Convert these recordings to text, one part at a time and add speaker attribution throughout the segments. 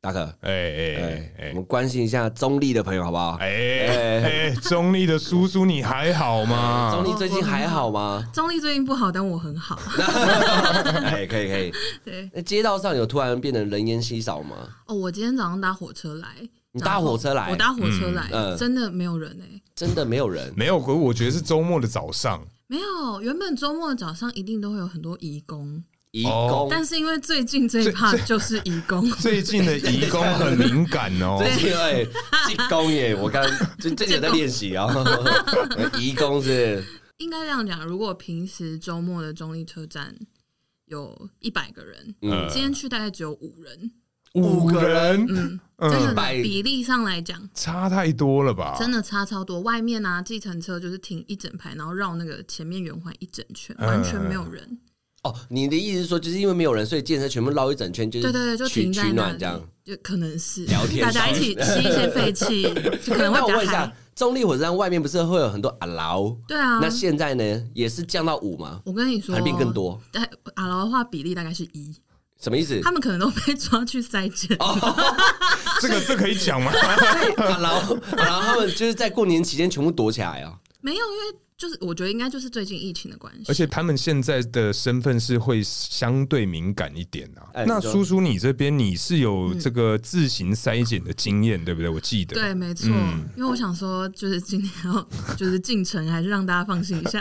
Speaker 1: 大可，
Speaker 2: 哎哎
Speaker 1: 哎，
Speaker 2: 哎
Speaker 1: 我们关心一下中立的朋友好不好？
Speaker 2: 哎哎，中立的叔叔你还好
Speaker 1: 中
Speaker 2: 吗？
Speaker 1: 立最近还好 吗？
Speaker 3: 中立最近不好，但我很好。
Speaker 1: 哎，可以可以。
Speaker 3: 对，
Speaker 1: 那街道上有突然变得人烟稀少吗？
Speaker 3: 哦，我今天早上搭火车来，
Speaker 1: 你搭火车来
Speaker 3: 然后我搭火车来，
Speaker 1: 嗯嗯
Speaker 3: 真的没有人哎、
Speaker 1: 真的没有人，
Speaker 2: 没有，可我觉得是周末的早上，
Speaker 3: 没有，原本周末早上一定都会有很多义工，
Speaker 1: 移
Speaker 2: 哦
Speaker 1: 工。
Speaker 3: 但是因为最近这一趴就是义工，
Speaker 2: 最近的移工很敏感 哦。
Speaker 1: 最近哎，技工 耶，我刚最最近有在练习啊，移工是
Speaker 3: 应该这样讲。如果平时周末的中立车站有一百个人，
Speaker 1: 嗯
Speaker 3: 今天去大概只有五人，
Speaker 2: 五个人
Speaker 3: 嗯，
Speaker 2: 嗯
Speaker 3: 真的
Speaker 1: 100
Speaker 3: 比例上来讲。
Speaker 2: 差太多了
Speaker 1: 啊
Speaker 2: 吧？
Speaker 3: 真的差超多，外面啊，计程车就是停一整排，然后绕那个前面圆环一整圈，
Speaker 2: 嗯
Speaker 3: 完全没有人。
Speaker 1: 哦，你的意思是说，就是因为没有人，所以健身全部绕一整圈，就是
Speaker 3: 对对对，就
Speaker 1: 取
Speaker 3: 停在
Speaker 1: 取
Speaker 3: 那
Speaker 1: 暖
Speaker 3: 里
Speaker 1: 这样。，
Speaker 3: 就可能是
Speaker 1: 聊天
Speaker 3: 大家一起吸一些 废气，就可能会
Speaker 1: 那我
Speaker 3: 比
Speaker 1: 问一
Speaker 3: 较嗨
Speaker 1: 下。，中立火车站外面不是会有很多阿劳？
Speaker 3: 对啊，
Speaker 1: 那现在呢，也是降到五吗？
Speaker 3: 我跟你说，
Speaker 1: 还变更。多？
Speaker 3: 但阿劳的话比例大概是一，
Speaker 1: 什么意思
Speaker 3: 他？们可能都被抓去筛检。
Speaker 1: 哦
Speaker 2: 这个这可以讲吗？
Speaker 1: 阿劳，阿劳他们就是在过年期间全部躲起来啊。
Speaker 3: 没有，因为就是我觉得应该就是最近疫情的关系。
Speaker 2: 而且他们现在的身份是会相对敏感一点啊。
Speaker 1: 哎
Speaker 2: 那
Speaker 1: 你说
Speaker 2: 叔叔，你这边你是有这个自行筛检的经验，对不对？我记得。
Speaker 3: 对，没错，因为我想说，就是今天要就是进城，还是让大家放心一下。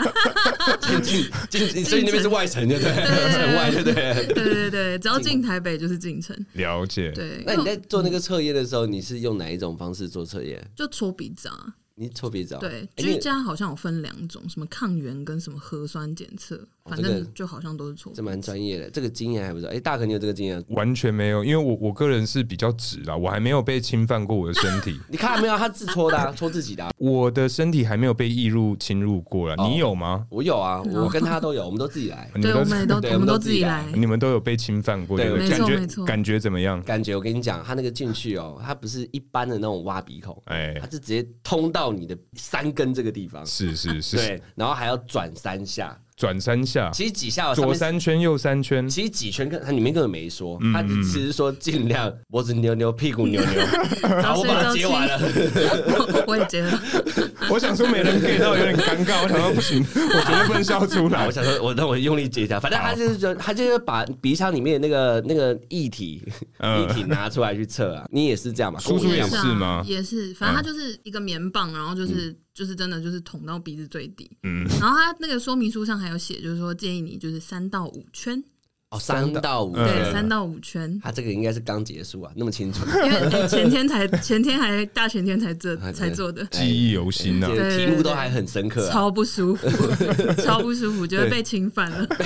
Speaker 1: 进 进进，所以那边是外城，对不对？城外，对不 对？
Speaker 3: 对对对，只要进台北就是进城。
Speaker 2: 了解。
Speaker 3: 对，
Speaker 1: 那
Speaker 3: 因
Speaker 1: 你
Speaker 3: 为
Speaker 1: 在做那个测验的时候，你是用哪一种方式做测验？
Speaker 3: 就搓鼻子啊。
Speaker 1: 你抽鼻子啊？
Speaker 3: 对
Speaker 1: 哎，
Speaker 3: 居
Speaker 1: 你
Speaker 3: 家好像有分两种，什么抗原跟什么核酸检测，反
Speaker 1: 哦这个
Speaker 3: 正就好像都是错。
Speaker 1: 这蛮专业的，这个经验还不错。哎，大可你有这个经验？
Speaker 2: 完全没有，因为我我个人是比较直啦，我还没有被侵犯过我的身体，
Speaker 1: 你看到没有？他自戳的啊，戳自己的啊。
Speaker 2: 我的身体还没有被异入侵入过啦。
Speaker 1: 哦
Speaker 2: 你有吗？
Speaker 1: 我有啊，我跟他都有，我们都自己来。
Speaker 2: 你
Speaker 3: 对，我
Speaker 2: 都
Speaker 3: 们 也都
Speaker 1: 对
Speaker 3: 我
Speaker 1: 我们
Speaker 3: 们
Speaker 1: 都
Speaker 3: 都
Speaker 1: 自
Speaker 3: 自
Speaker 1: 己
Speaker 3: 己
Speaker 1: 来
Speaker 3: 来。
Speaker 2: 你们都有被侵犯过，
Speaker 1: 对
Speaker 2: 对不对？
Speaker 3: 没
Speaker 2: 感
Speaker 3: 错没
Speaker 2: 觉
Speaker 3: 错
Speaker 2: 感觉怎么样？
Speaker 1: 感觉我跟你讲，他那个进去哦，他不是一般的那种挖鼻孔，
Speaker 2: 哎
Speaker 1: 他是直接通到你的三根这个地方，
Speaker 2: 是 是是，
Speaker 1: 对，然后还要转三下，
Speaker 2: 转三 下，
Speaker 1: 其实几下哦
Speaker 2: 左，
Speaker 1: 上面
Speaker 2: 三圈，右三圈，
Speaker 1: 其实几圈跟他里面根本没说，他只是说尽量脖子扭扭，屁股扭扭， 然后我把它接完了，
Speaker 3: 我我也觉得，
Speaker 2: 我想说没人 get 到，有点尴尬。我想说不行， 我绝对不能笑出
Speaker 1: 啊
Speaker 2: 来
Speaker 1: 我。想说，我让我用力接一下，反正他就是说，他就是把鼻腔里面的那个那个液体
Speaker 2: 嗯
Speaker 1: 液体拿出来去测啊，你也是这样嘛？跟我
Speaker 2: 叔叔
Speaker 1: 一
Speaker 2: 也
Speaker 1: 样
Speaker 3: 也
Speaker 1: 嘛
Speaker 2: 是
Speaker 3: 是
Speaker 2: 吗
Speaker 3: 啊，也是，反正它就是一个棉棒，然后就是就是真的就是捅到鼻子最底。
Speaker 2: 嗯，
Speaker 3: 然后它那个说明书上还有写，就是说建议你就是三到五圈，
Speaker 1: 哦，三到五，
Speaker 3: 对，三到五圈。
Speaker 1: 他这个应该是刚结束啊，那么清楚，
Speaker 3: 因为哎前天才前天还大前天 才做
Speaker 1: 啊对
Speaker 3: 才做的，
Speaker 2: 记忆犹新啊呐
Speaker 1: 这。个题目都还很深刻啊。
Speaker 3: 超不舒服， 超不舒服，觉得
Speaker 2: 对
Speaker 3: 被侵犯了。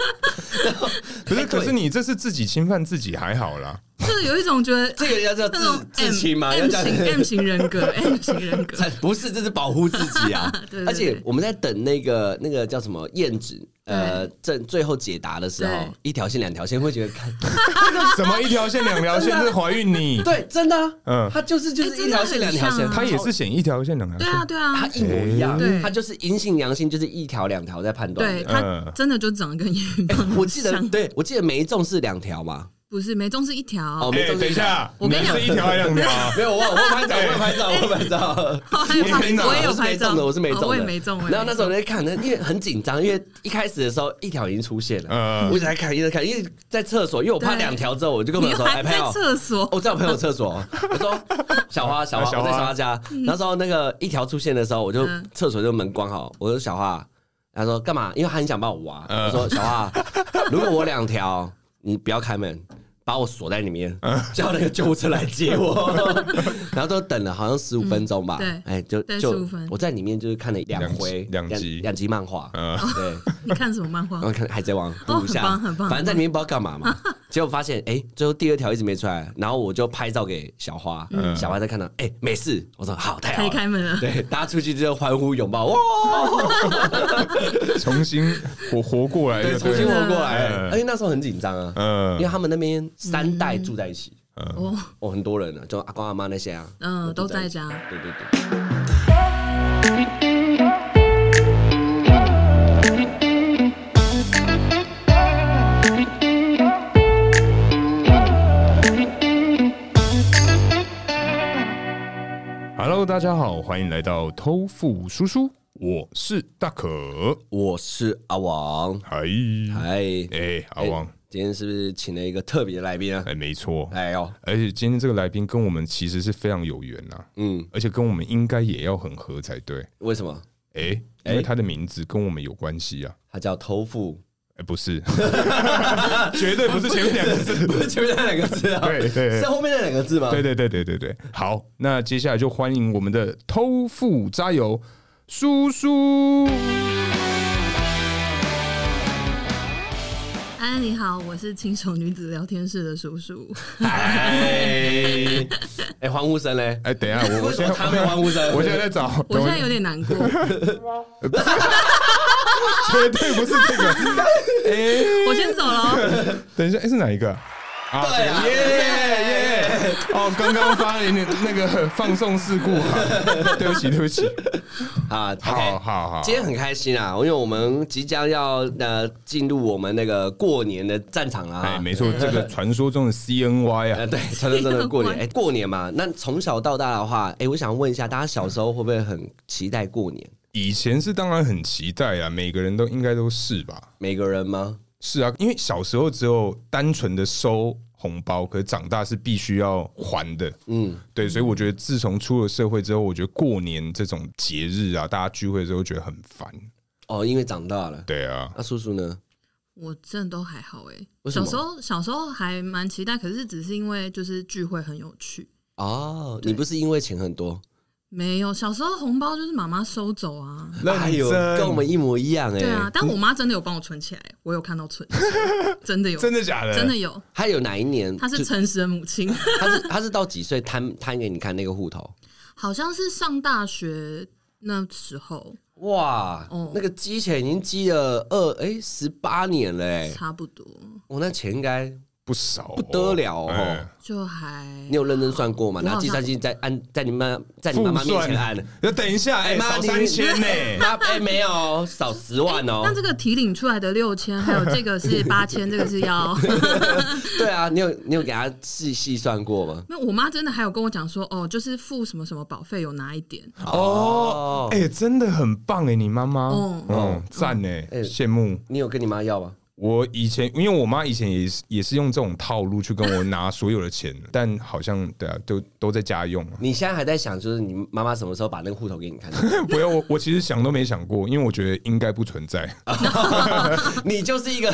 Speaker 1: 哎
Speaker 2: 可是
Speaker 1: 对
Speaker 2: 可是你这是自己侵犯自己还好 啦，
Speaker 3: 就是有一种 觉得
Speaker 1: 这个要叫
Speaker 3: 那种
Speaker 1: 自自
Speaker 3: M
Speaker 1: 清吗？要
Speaker 3: M
Speaker 1: 叫
Speaker 3: 型 M 型人格，M 型人格，
Speaker 1: 不是，这是保护自己啊
Speaker 3: 对对对
Speaker 1: 而且我们在等那个那个叫什么验纸，呃，正最后解答的时候
Speaker 3: 对，
Speaker 1: 一条线两条线会觉得看，
Speaker 2: 什么一条线两条线是怀孕 你，
Speaker 1: 对，真的、啊，
Speaker 2: 嗯
Speaker 1: 它就是就
Speaker 3: 哎
Speaker 1: 是
Speaker 3: 真
Speaker 1: 一
Speaker 3: 的
Speaker 1: 条线两条线，
Speaker 3: 很像啊
Speaker 2: 他也是显一条线两条
Speaker 3: 对
Speaker 2: 线。
Speaker 3: 啊对
Speaker 1: 它
Speaker 3: 啊，
Speaker 1: 一模一
Speaker 2: 哎
Speaker 1: 样，
Speaker 3: 对
Speaker 1: 它就是阴性阳性就是一条两条在判断
Speaker 3: 对
Speaker 1: 的。哎
Speaker 3: 他
Speaker 2: 嗯
Speaker 3: 真的就长得跟烟云棒 很像。
Speaker 1: 我记得，对我记得每一种是两条嘛，
Speaker 3: 不是梅中是一条
Speaker 1: 哦，，没
Speaker 2: 哎，
Speaker 1: 中
Speaker 2: 等一下，
Speaker 3: 我跟你讲
Speaker 2: 是一条还两 条啊？
Speaker 1: 没有，我我有拍照，我有拍照，我有拍照。
Speaker 3: 还有
Speaker 2: 我没拿
Speaker 3: 哎我也有
Speaker 1: 我是
Speaker 3: 拍
Speaker 1: 没
Speaker 3: 照
Speaker 1: 中的，我是没中的，
Speaker 3: 哦我也没中。我也没中
Speaker 1: 然后那时候我在看，那因为很紧张，因为一开始的时候一条已经出现了，
Speaker 2: 嗯
Speaker 1: 我一直在看，一直在看，因为在厕所，因为我怕
Speaker 3: 对
Speaker 1: 两条之后，我就跟我
Speaker 3: 你
Speaker 1: 朋友说，哎，
Speaker 3: 还
Speaker 1: 朋
Speaker 3: 在
Speaker 1: 友。
Speaker 3: 厕所，
Speaker 1: 我在我朋友厕所，我说小花，小花，
Speaker 2: 小花
Speaker 1: 我在小花家。那时候那个一条出现的时候，我就
Speaker 3: 嗯
Speaker 1: 厕所就门关好，我说小花，她说干嘛？因为她很想帮我挖。
Speaker 2: 嗯
Speaker 1: 我说小花，如果我两条，你不要开门，把我锁在里面，
Speaker 2: 嗯
Speaker 1: 叫那个救护车来接 我。然后都等了好像十五分钟吧。
Speaker 3: 嗯
Speaker 1: 哎，就
Speaker 3: 对
Speaker 1: 就
Speaker 3: 15分
Speaker 1: 我在里面就是看了两回
Speaker 2: 两集两集
Speaker 1: 两集漫画，
Speaker 2: 嗯
Speaker 1: 对。
Speaker 3: 你看什么漫画
Speaker 1: 然？后看《海贼王》补一下，
Speaker 3: 哦很棒很棒
Speaker 1: 反正在里面不知道干嘛 嘛，结果发现哎、最后第二条一直没出来，然后我就拍照给小花，
Speaker 2: 嗯
Speaker 1: 小花在看到哎、没事，我说好太好
Speaker 3: 可以
Speaker 1: 了。
Speaker 3: 开门了，
Speaker 1: 对，大家出去就欢呼拥抱，哇！
Speaker 2: 重新活活过来
Speaker 1: 对，
Speaker 2: 就
Speaker 1: 重
Speaker 2: 对
Speaker 1: 新
Speaker 2: 了。
Speaker 1: 活过来。
Speaker 2: 嗯
Speaker 1: 而且那时候很紧张啊，因为
Speaker 2: 嗯
Speaker 1: 他们那边三代住在一起，
Speaker 3: 哦，
Speaker 1: 哦，很多人呢，就阿公阿妈那些啊，
Speaker 3: 嗯，都在
Speaker 1: 起。
Speaker 3: 家。
Speaker 1: 对对对，
Speaker 4: Thank
Speaker 2: Hello，大家好，欢迎来到偷富叔叔，我是大可。
Speaker 1: 我是阿王，
Speaker 2: 嗨，
Speaker 1: 哎，
Speaker 2: 哎，阿王，
Speaker 1: 今天是不是请了一个特别来宾啊？
Speaker 2: 哎，没错。
Speaker 1: 哎呦，
Speaker 2: 而且今天这个来宾跟我们其实是非常有缘呐、啊
Speaker 1: 嗯，
Speaker 2: 而且跟我们应该也要很合才对。
Speaker 1: 为什么
Speaker 2: 哎、因为他的名字跟我们有关系啊。
Speaker 1: 他叫偷富？
Speaker 2: 哎、不是，绝对不是前面两个字。
Speaker 1: 不是 前面那两个字啊，
Speaker 2: 对对
Speaker 1: 是后面那两个字吗？
Speaker 2: 对对对对对对，好，那接下来就欢迎我们的偷富加油叔叔。
Speaker 3: 安哎安你好，我是轻熟女子聊天室的叔叔。
Speaker 1: 哎，哎，欢呼声嘞！
Speaker 2: 哎、等一下，我
Speaker 1: 为
Speaker 2: 我
Speaker 1: 什
Speaker 2: 现
Speaker 1: 么
Speaker 2: 在
Speaker 1: 他没有欢呼声？
Speaker 2: 我现在在找，
Speaker 3: 我
Speaker 2: 等
Speaker 3: 现在有点难过，
Speaker 2: 绝对不是这个。哎、
Speaker 3: 我先走了哦。
Speaker 2: 等一下，哎、是哪一个啊？啊
Speaker 1: 对啊
Speaker 2: 耶耶！哦，刚刚发了一点那个放送事故啊，对不起，对不起。
Speaker 1: 啊
Speaker 2: 好
Speaker 1: ，OK。
Speaker 2: 好好，
Speaker 1: 今天很开心啊，因为我们即将要呃进入我们那个过年的战场了
Speaker 2: 哎，
Speaker 1: 啊。
Speaker 2: 没错，这个传说中的 CNY
Speaker 1: 呃，
Speaker 2: 啊，
Speaker 1: 对，真的真的 过年，哎，过年嘛，那从小到大的话，哎，我想问一下，大家小时候会不会很期待过年？
Speaker 2: 以前是当然很期待啊，每个人都应该都是吧？
Speaker 1: 每个人吗？
Speaker 2: 是啊，因为小时候只有单纯的收红包，可是长大是必须要还的。
Speaker 1: 嗯，
Speaker 2: 对，所以我觉得自从出了社会之后，我觉得过年这种节日啊，大家聚会的时候觉得很烦。
Speaker 1: 哦，因为长大了。
Speaker 2: 对啊，
Speaker 1: 那叔叔呢？
Speaker 3: 我真的都还好哎、
Speaker 1: 为什
Speaker 3: 小
Speaker 1: 么
Speaker 3: 时候小时候还蛮期待，可是只是因为就是聚会很有趣。
Speaker 1: 哦，你不是因为钱很多？
Speaker 3: 没有，小时候红包就是妈妈收走啊。
Speaker 1: 哎呦，
Speaker 2: 认真
Speaker 1: 跟我们一模一样哎。
Speaker 3: 对啊，但我妈真的有帮我存起来，我有看到 存，真的有，
Speaker 2: 真的假的？
Speaker 3: 真的有。
Speaker 1: 他有哪一年？
Speaker 3: 她是
Speaker 1: 就
Speaker 3: 诚实的母亲，
Speaker 1: 他是他是到几岁摊摊给你看那个户头？
Speaker 3: 好像是上大学那时候，
Speaker 1: 哇，
Speaker 3: 哦
Speaker 1: 那个积钱已经积了二哎十八年了哎、
Speaker 3: 差不多
Speaker 1: 我、那钱应该
Speaker 2: 不少哦、
Speaker 1: 不得了哦。
Speaker 2: 哎
Speaker 3: 就还
Speaker 1: 你有认真算过吗？
Speaker 3: 我好
Speaker 1: 拿
Speaker 3: 像
Speaker 1: 计算机在按在你妈在你妈妈面前按，
Speaker 2: 那等一下，哎、
Speaker 1: 妈
Speaker 2: 少
Speaker 1: 你
Speaker 2: 三千呢、
Speaker 1: 妈哎、没有哦少十万哦、
Speaker 3: 那这个提领出来的六千，还有这 个是八千，这个是要。
Speaker 1: 对啊，你有你有给他细细算过吗？
Speaker 3: 那我妈真的还有跟我讲说，哦，就是付什么什么保费有拿一点，
Speaker 2: 哦，哎、真的很棒哎、你妈妈，
Speaker 3: 哦
Speaker 2: 嗯，赞哎、
Speaker 1: 哎
Speaker 2: 羡慕。
Speaker 1: 你有跟你妈要吗？
Speaker 2: 我以前，因为我妈以前也是也是用这种套路去跟我拿所有的钱，但好像对啊，都都在家用啊。
Speaker 1: 你现在还在想，就是你妈妈什么时候把那个户头给你看？
Speaker 2: 不要我，我其实想都没想过，因为我觉得应该不存在。
Speaker 1: 啊你就是一个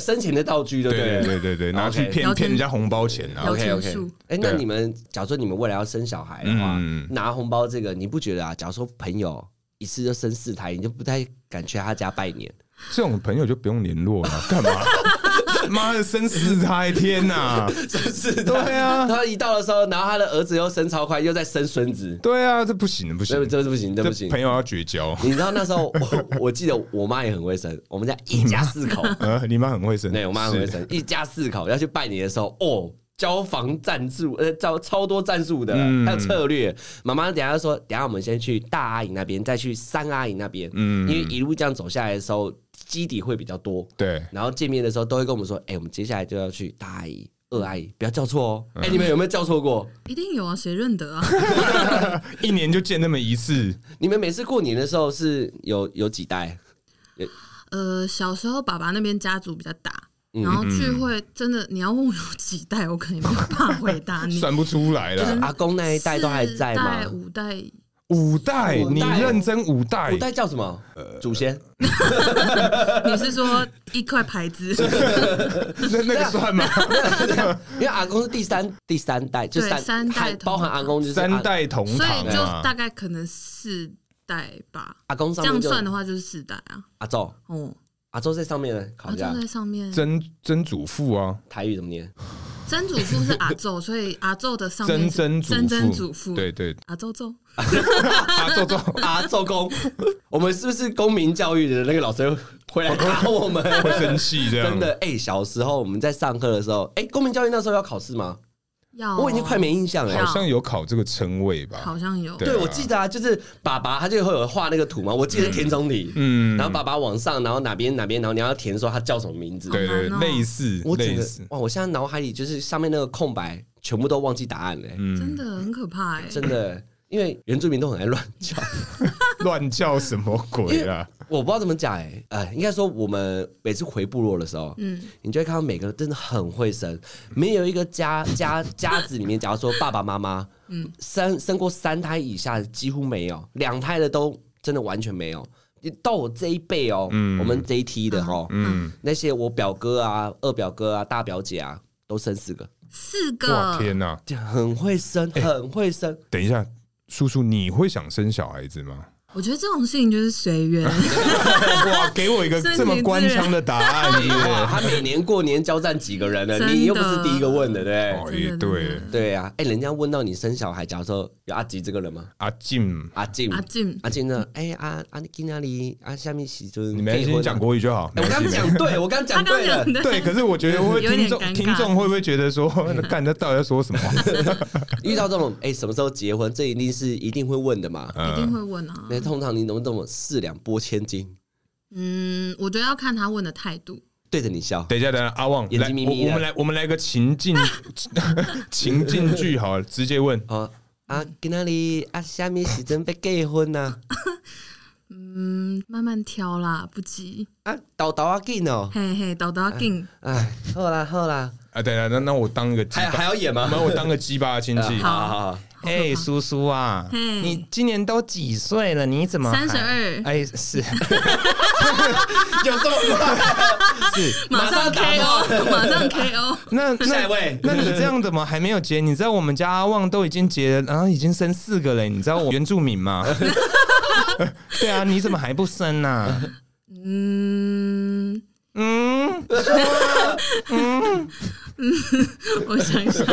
Speaker 1: 生前的道具，对不
Speaker 2: 对
Speaker 1: 对？
Speaker 2: 对对对，拿去
Speaker 1: OK
Speaker 2: 骗
Speaker 3: 聊天
Speaker 2: 骗人家红包钱啊
Speaker 3: 聊。
Speaker 1: OK
Speaker 3: 天
Speaker 1: OK，
Speaker 3: 数
Speaker 1: 哎、那
Speaker 2: 对
Speaker 1: 你们假如说你们未来要生小孩的话，
Speaker 2: 嗯
Speaker 1: 拿红包这个，你不觉得啊？假如说朋友一次就生四胎，你就不太敢去他家拜 年。
Speaker 2: 这种朋友就不用联络了，干嘛？ 妈的，生四胎，天哪！
Speaker 1: 是的，
Speaker 2: 对啊，
Speaker 1: 他一到的时候，然后他的儿子又生超快，又在生孙子，
Speaker 2: 对啊，这不行的，不行
Speaker 1: 对不，，这不行，这不
Speaker 2: 这
Speaker 1: 行
Speaker 2: 朋。友要绝交。
Speaker 1: 你知道那时候我我记得我妈也很会生，我们家一家四口，
Speaker 2: 呃，你妈很会生，
Speaker 1: 对我妈很会生，一家四口要去拜年的时候，哦。交房战术，呃，超超多战术的，
Speaker 2: 嗯
Speaker 1: 还有策略。妈妈等一下说，等一下我们先去大阿姨那边，再去三阿姨那边，
Speaker 2: 嗯
Speaker 1: 因为一路这样走下来的时候，基底会比较多。
Speaker 2: 对，
Speaker 1: 然后见面的时候都会跟我们说，哎、我们接下来就要去大阿姨、二阿姨，不要叫错哦。
Speaker 2: 嗯
Speaker 1: 哎、你们有没有叫错过？
Speaker 3: 一定有啊，谁认 得啊？
Speaker 2: 一年就见那么一次，
Speaker 1: 你们每次过年的时候是有有几代？
Speaker 3: 呃，小时候爸爸那边家族比较大，
Speaker 1: 嗯
Speaker 3: 然后聚会真的，你要问我有几代，我可能没有办法回
Speaker 1: 嗯
Speaker 3: 答你。
Speaker 2: 算不出来了。
Speaker 1: 阿公那一代都还在吗
Speaker 3: 嗯四代？五代
Speaker 2: 五代，
Speaker 1: 五代
Speaker 2: 你认真五代
Speaker 1: 五，代叫什么？
Speaker 2: 呃
Speaker 1: 祖先？
Speaker 3: 你是说一块牌 子？
Speaker 2: 那那个
Speaker 3: 啊
Speaker 2: 算 吗？
Speaker 1: 因为阿公是第三第三代，就
Speaker 3: 对三代
Speaker 1: 还
Speaker 3: 同堂
Speaker 1: 包含阿公就是
Speaker 2: 三
Speaker 1: 阿
Speaker 2: 代同
Speaker 3: 所
Speaker 2: 堂
Speaker 3: 以就
Speaker 2: 啊
Speaker 3: 大。概可能四代吧。
Speaker 1: 阿公
Speaker 3: 这
Speaker 1: 上
Speaker 3: 样
Speaker 1: 面就
Speaker 3: 算的话哦就是四代啊。
Speaker 1: 阿周，
Speaker 3: 哦，
Speaker 1: 阿周在上面呢，考
Speaker 3: 阿
Speaker 1: 一下
Speaker 3: 宙在上面，
Speaker 2: 曾曾祖父啊，
Speaker 1: 台语怎么念？
Speaker 3: 曾祖父是阿宙，所以阿宙的上
Speaker 2: 曾
Speaker 3: 面
Speaker 2: 曾祖
Speaker 3: 曾曾
Speaker 2: 父，
Speaker 3: 祖父，
Speaker 2: 对对，
Speaker 3: 阿宙宙。
Speaker 2: 啊，周 周
Speaker 1: 阿周公， 我们是不是公民教育的那个老师回来打我 们？
Speaker 2: 会生气这样
Speaker 1: 真。的，哎、小时候我们在上课的时候，哎、公民教育那时候要考试吗？
Speaker 3: 要
Speaker 1: 我已经快没印象了、
Speaker 3: 要
Speaker 2: 好像有考这个称谓吧？
Speaker 3: 好像有
Speaker 2: 对
Speaker 1: 对，
Speaker 2: 啊
Speaker 1: 我记得啊，就是爸爸他就会有画那个图嘛，我记得是田中里，
Speaker 2: 嗯，
Speaker 1: 然后爸爸往上，然后哪边哪边，然后你要填说他叫什么名字。
Speaker 2: 对对，
Speaker 3: 好难哦
Speaker 2: 类似
Speaker 1: 我整
Speaker 2: 类
Speaker 1: 个
Speaker 2: 似，
Speaker 1: 哇，我现在脑海里就是上面那个空白，全部都忘记答案了、欸
Speaker 2: 嗯
Speaker 3: 真的很可怕哎、
Speaker 1: 真的。因为原住民都很爱乱叫。
Speaker 2: 乱叫什么鬼啊？
Speaker 1: 我不知道怎么讲哎、呃，应该说我们每次回部落的时候，嗯，你就会看到每个人真的很会生，没有一个家家家子里面，假如说爸爸妈妈，嗯，生生过三胎以下的几乎没有，两胎的都真的完全没有。到我这一辈哦、我们这一梯的哦，
Speaker 2: 嗯，
Speaker 1: 那些我表哥啊、二表哥啊、大表姐啊，都生四个，
Speaker 3: 四
Speaker 2: 哇
Speaker 3: 个，
Speaker 2: 天哪！
Speaker 1: 很会生，
Speaker 2: 哎
Speaker 1: 很会生。
Speaker 2: 等一下，叔叔，你会想生小孩子 吗？
Speaker 3: 我觉得这种事情就是随缘。
Speaker 2: 哇，给我一个这么官腔的答案
Speaker 1: 哇，
Speaker 2: 耶！
Speaker 1: 他每年过年交战几个人呢？
Speaker 3: 真的
Speaker 1: 你又不是第一个问的， 对不对？
Speaker 2: 哦，也对，
Speaker 1: 对啊，哎、人家问到你生小孩，假如说有阿吉这个人吗？
Speaker 2: 阿进，
Speaker 1: 阿静，
Speaker 3: 阿进
Speaker 1: 阿静呢？哎、阿阿你去哪里？啊，下面喜尊，
Speaker 2: 你们先讲国语就好。
Speaker 1: 哎、我刚刚讲对，我刚刚
Speaker 3: 他
Speaker 1: 讲
Speaker 3: 刚
Speaker 1: 对了
Speaker 3: 讲。的，
Speaker 2: 对，可是我觉得会
Speaker 3: 有
Speaker 2: 听
Speaker 3: 点
Speaker 2: 众
Speaker 3: 尴尬
Speaker 2: 听众会不会觉得说， 看他到底在说 什么？
Speaker 1: 遇到这种哎、什么时候结婚？这一定是一定会问的嘛。
Speaker 2: 嗯
Speaker 3: 一定会问 啊。
Speaker 1: 那通常你能不能四两拨千斤，
Speaker 3: 嗯，我觉得要看他问的态度。
Speaker 1: 对着你笑？
Speaker 2: 等一下，等一下，阿旺，
Speaker 1: 眼睛
Speaker 2: 来，
Speaker 1: 眯
Speaker 2: 我
Speaker 1: 眯的
Speaker 2: 我们来，我们来个情境 情境剧，好了，直接问，
Speaker 1: 哦啊，去哪里？啊，下面喜尊被结婚呐、
Speaker 3: 嗯，慢慢挑啦，不急。
Speaker 1: 啊？啊，豆豆啊紧哦，
Speaker 3: 嘿嘿，豆豆进，
Speaker 1: 哎，好啦好啦，
Speaker 2: 啊，等一下，那那我当一个鸡
Speaker 1: 还还
Speaker 2: 巴，
Speaker 1: 要演
Speaker 2: 我
Speaker 1: 吗？
Speaker 2: 们我当个鸡巴的亲戚。
Speaker 3: 好
Speaker 1: 好好。
Speaker 2: 哎，叔叔啊，
Speaker 3: 嘿
Speaker 2: 你今年都几岁了？你怎么还
Speaker 3: 32
Speaker 2: 哎，是
Speaker 1: 有这么快？
Speaker 2: 是。
Speaker 3: 马
Speaker 1: 马
Speaker 3: 上
Speaker 1: 上打到
Speaker 3: KO，马上 KO。
Speaker 2: 那
Speaker 1: 下
Speaker 2: 那
Speaker 1: 一位
Speaker 2: 那你这样怎么还没有结？你知道我们家阿旺都已经结了，然后已经生四个了。你知道我原住民吗？ 对啊，你怎么还不生啊呢、
Speaker 3: 嗯，
Speaker 2: 嗯，
Speaker 3: 我想一想，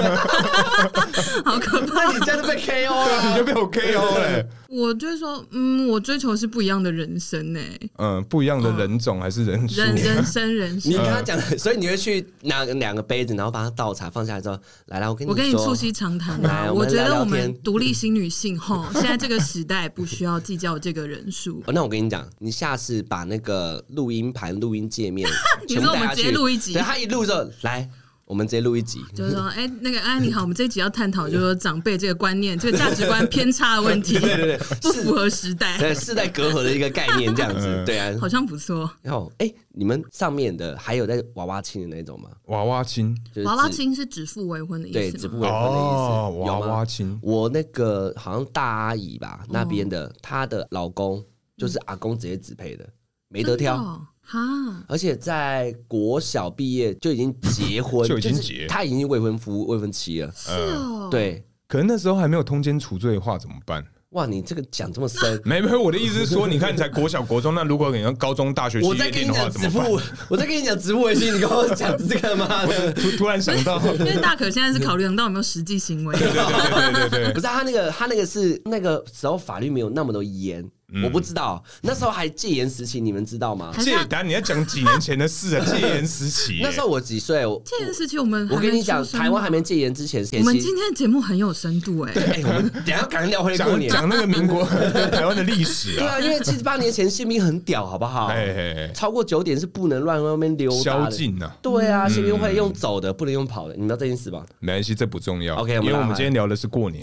Speaker 3: 好可怕。
Speaker 1: 那你真的 被 KO
Speaker 2: 你就哦
Speaker 1: 了。
Speaker 2: 被我 KO 了。
Speaker 3: 我就说，嗯，我追求的是不一样的人生呢、欸
Speaker 2: 嗯，不一样的人种还是人数？
Speaker 1: 嗯
Speaker 3: 人人生人
Speaker 1: 啊你
Speaker 3: 生。
Speaker 1: 跟他讲，所以你会去拿两个杯子，然后帮他倒茶，放下来之后，来来，我跟你
Speaker 3: 我跟你
Speaker 1: 说
Speaker 3: 促膝长谈
Speaker 1: 来
Speaker 3: 啊！
Speaker 1: 我
Speaker 3: 我
Speaker 1: 们
Speaker 3: 觉
Speaker 1: 聊
Speaker 3: 得
Speaker 1: 聊
Speaker 3: 我们
Speaker 1: 天
Speaker 3: 独立新女性吼，现在这个时代不需要计较这个人数。，
Speaker 1: 哦，那我跟你讲，你下次把那个录音盘、录音界面
Speaker 3: 你
Speaker 1: 全
Speaker 3: 说
Speaker 1: 部
Speaker 3: 我
Speaker 1: 带
Speaker 3: 们
Speaker 1: 下
Speaker 3: 直
Speaker 1: 去。
Speaker 3: 接录一集
Speaker 1: 对，他一录就来，我们直接录一 集。
Speaker 3: 就是说，哎、那个安安你好，我们这一集要探讨，就是说长辈这个观念、这个价值观偏差的问题，
Speaker 1: 对对对，
Speaker 3: 不
Speaker 1: 是
Speaker 3: 符合时代，
Speaker 1: 对世代隔阂的一个概念，这样 子。对啊，
Speaker 3: 好像不错。
Speaker 1: 然后哎，你们上面的还有在娃娃亲的那种吗？
Speaker 2: 娃娃亲
Speaker 1: 就是
Speaker 3: 娃娃
Speaker 1: 指，
Speaker 3: 亲是指腹为婚的
Speaker 1: 对，
Speaker 3: 意
Speaker 1: 指
Speaker 3: 思
Speaker 1: 不
Speaker 3: 吗？
Speaker 1: 为婚的意
Speaker 2: 哦
Speaker 1: 思，
Speaker 2: 娃
Speaker 1: 有吗
Speaker 2: 娃亲
Speaker 1: 我那个好像大阿姨吧，那边的
Speaker 3: 哦
Speaker 1: 她的老公就是阿公直接指配的，没得
Speaker 3: 真的
Speaker 1: 挑。
Speaker 3: 哦哈，
Speaker 1: 而且在国小毕业就已经结婚，
Speaker 2: 就已经
Speaker 1: 是
Speaker 2: 结
Speaker 1: 她已经未婚夫、未婚妻了。
Speaker 3: 是
Speaker 1: 嗯
Speaker 3: 哦，，
Speaker 1: 对，
Speaker 2: 可能那时候还没有通奸除罪化，怎么办？，
Speaker 1: 哇，你这个讲这么深
Speaker 2: 没没有，我的意思是说，你看你才国小、国中，那如果你要高中、大学去
Speaker 1: 我
Speaker 2: 约
Speaker 1: 在跟
Speaker 2: 定
Speaker 1: 你
Speaker 2: 的话，
Speaker 1: 讲
Speaker 2: 怎
Speaker 1: 植
Speaker 2: 么办？
Speaker 1: 物，我在跟你讲植物维系，你跟我讲这个吗？
Speaker 2: 突突然想 到，
Speaker 3: 因为大可现在是考量到有没有实际 行为，
Speaker 2: 对对对对对
Speaker 1: 不
Speaker 2: 对，
Speaker 1: 是他那个，他那个是那个时候法律没有那么多严，
Speaker 2: 嗯
Speaker 1: 我不知道，那时候还戒严时期，你们知道吗？
Speaker 3: 还是
Speaker 2: 戒
Speaker 3: 他
Speaker 2: 等下你要讲几年前的事啊，戒严时期耶，
Speaker 1: 那时候我几岁？我
Speaker 3: 这件事情我们
Speaker 1: 我
Speaker 3: 嗯还
Speaker 1: 跟
Speaker 3: 没
Speaker 1: 你讲，
Speaker 3: 出生
Speaker 1: 台湾还没
Speaker 3: 嘛。
Speaker 1: 戒严之前，
Speaker 3: 我们
Speaker 1: 先
Speaker 3: 今天的节目很有深度哎、
Speaker 1: 哎，我 们等一下赶快聊回过
Speaker 2: 讲
Speaker 1: 年。
Speaker 2: 讲那个民国台湾的历史
Speaker 1: 对
Speaker 2: 啊，
Speaker 1: 啊，因为七十八年前宪兵很屌，好不 好？
Speaker 2: 哎哎，哎
Speaker 1: 超过九点是不能乱外面溜达
Speaker 2: 宵
Speaker 1: 的。
Speaker 2: 禁啊，
Speaker 1: 对
Speaker 3: 嗯
Speaker 1: 啊，宪兵会用走的，不能用跑的。你们知道这件事吧？
Speaker 2: 没关系，这不重要
Speaker 1: OK，
Speaker 2: 因
Speaker 1: 我们
Speaker 2: 为
Speaker 1: 拉
Speaker 2: 我们
Speaker 1: 回来
Speaker 2: 今天聊的是过年，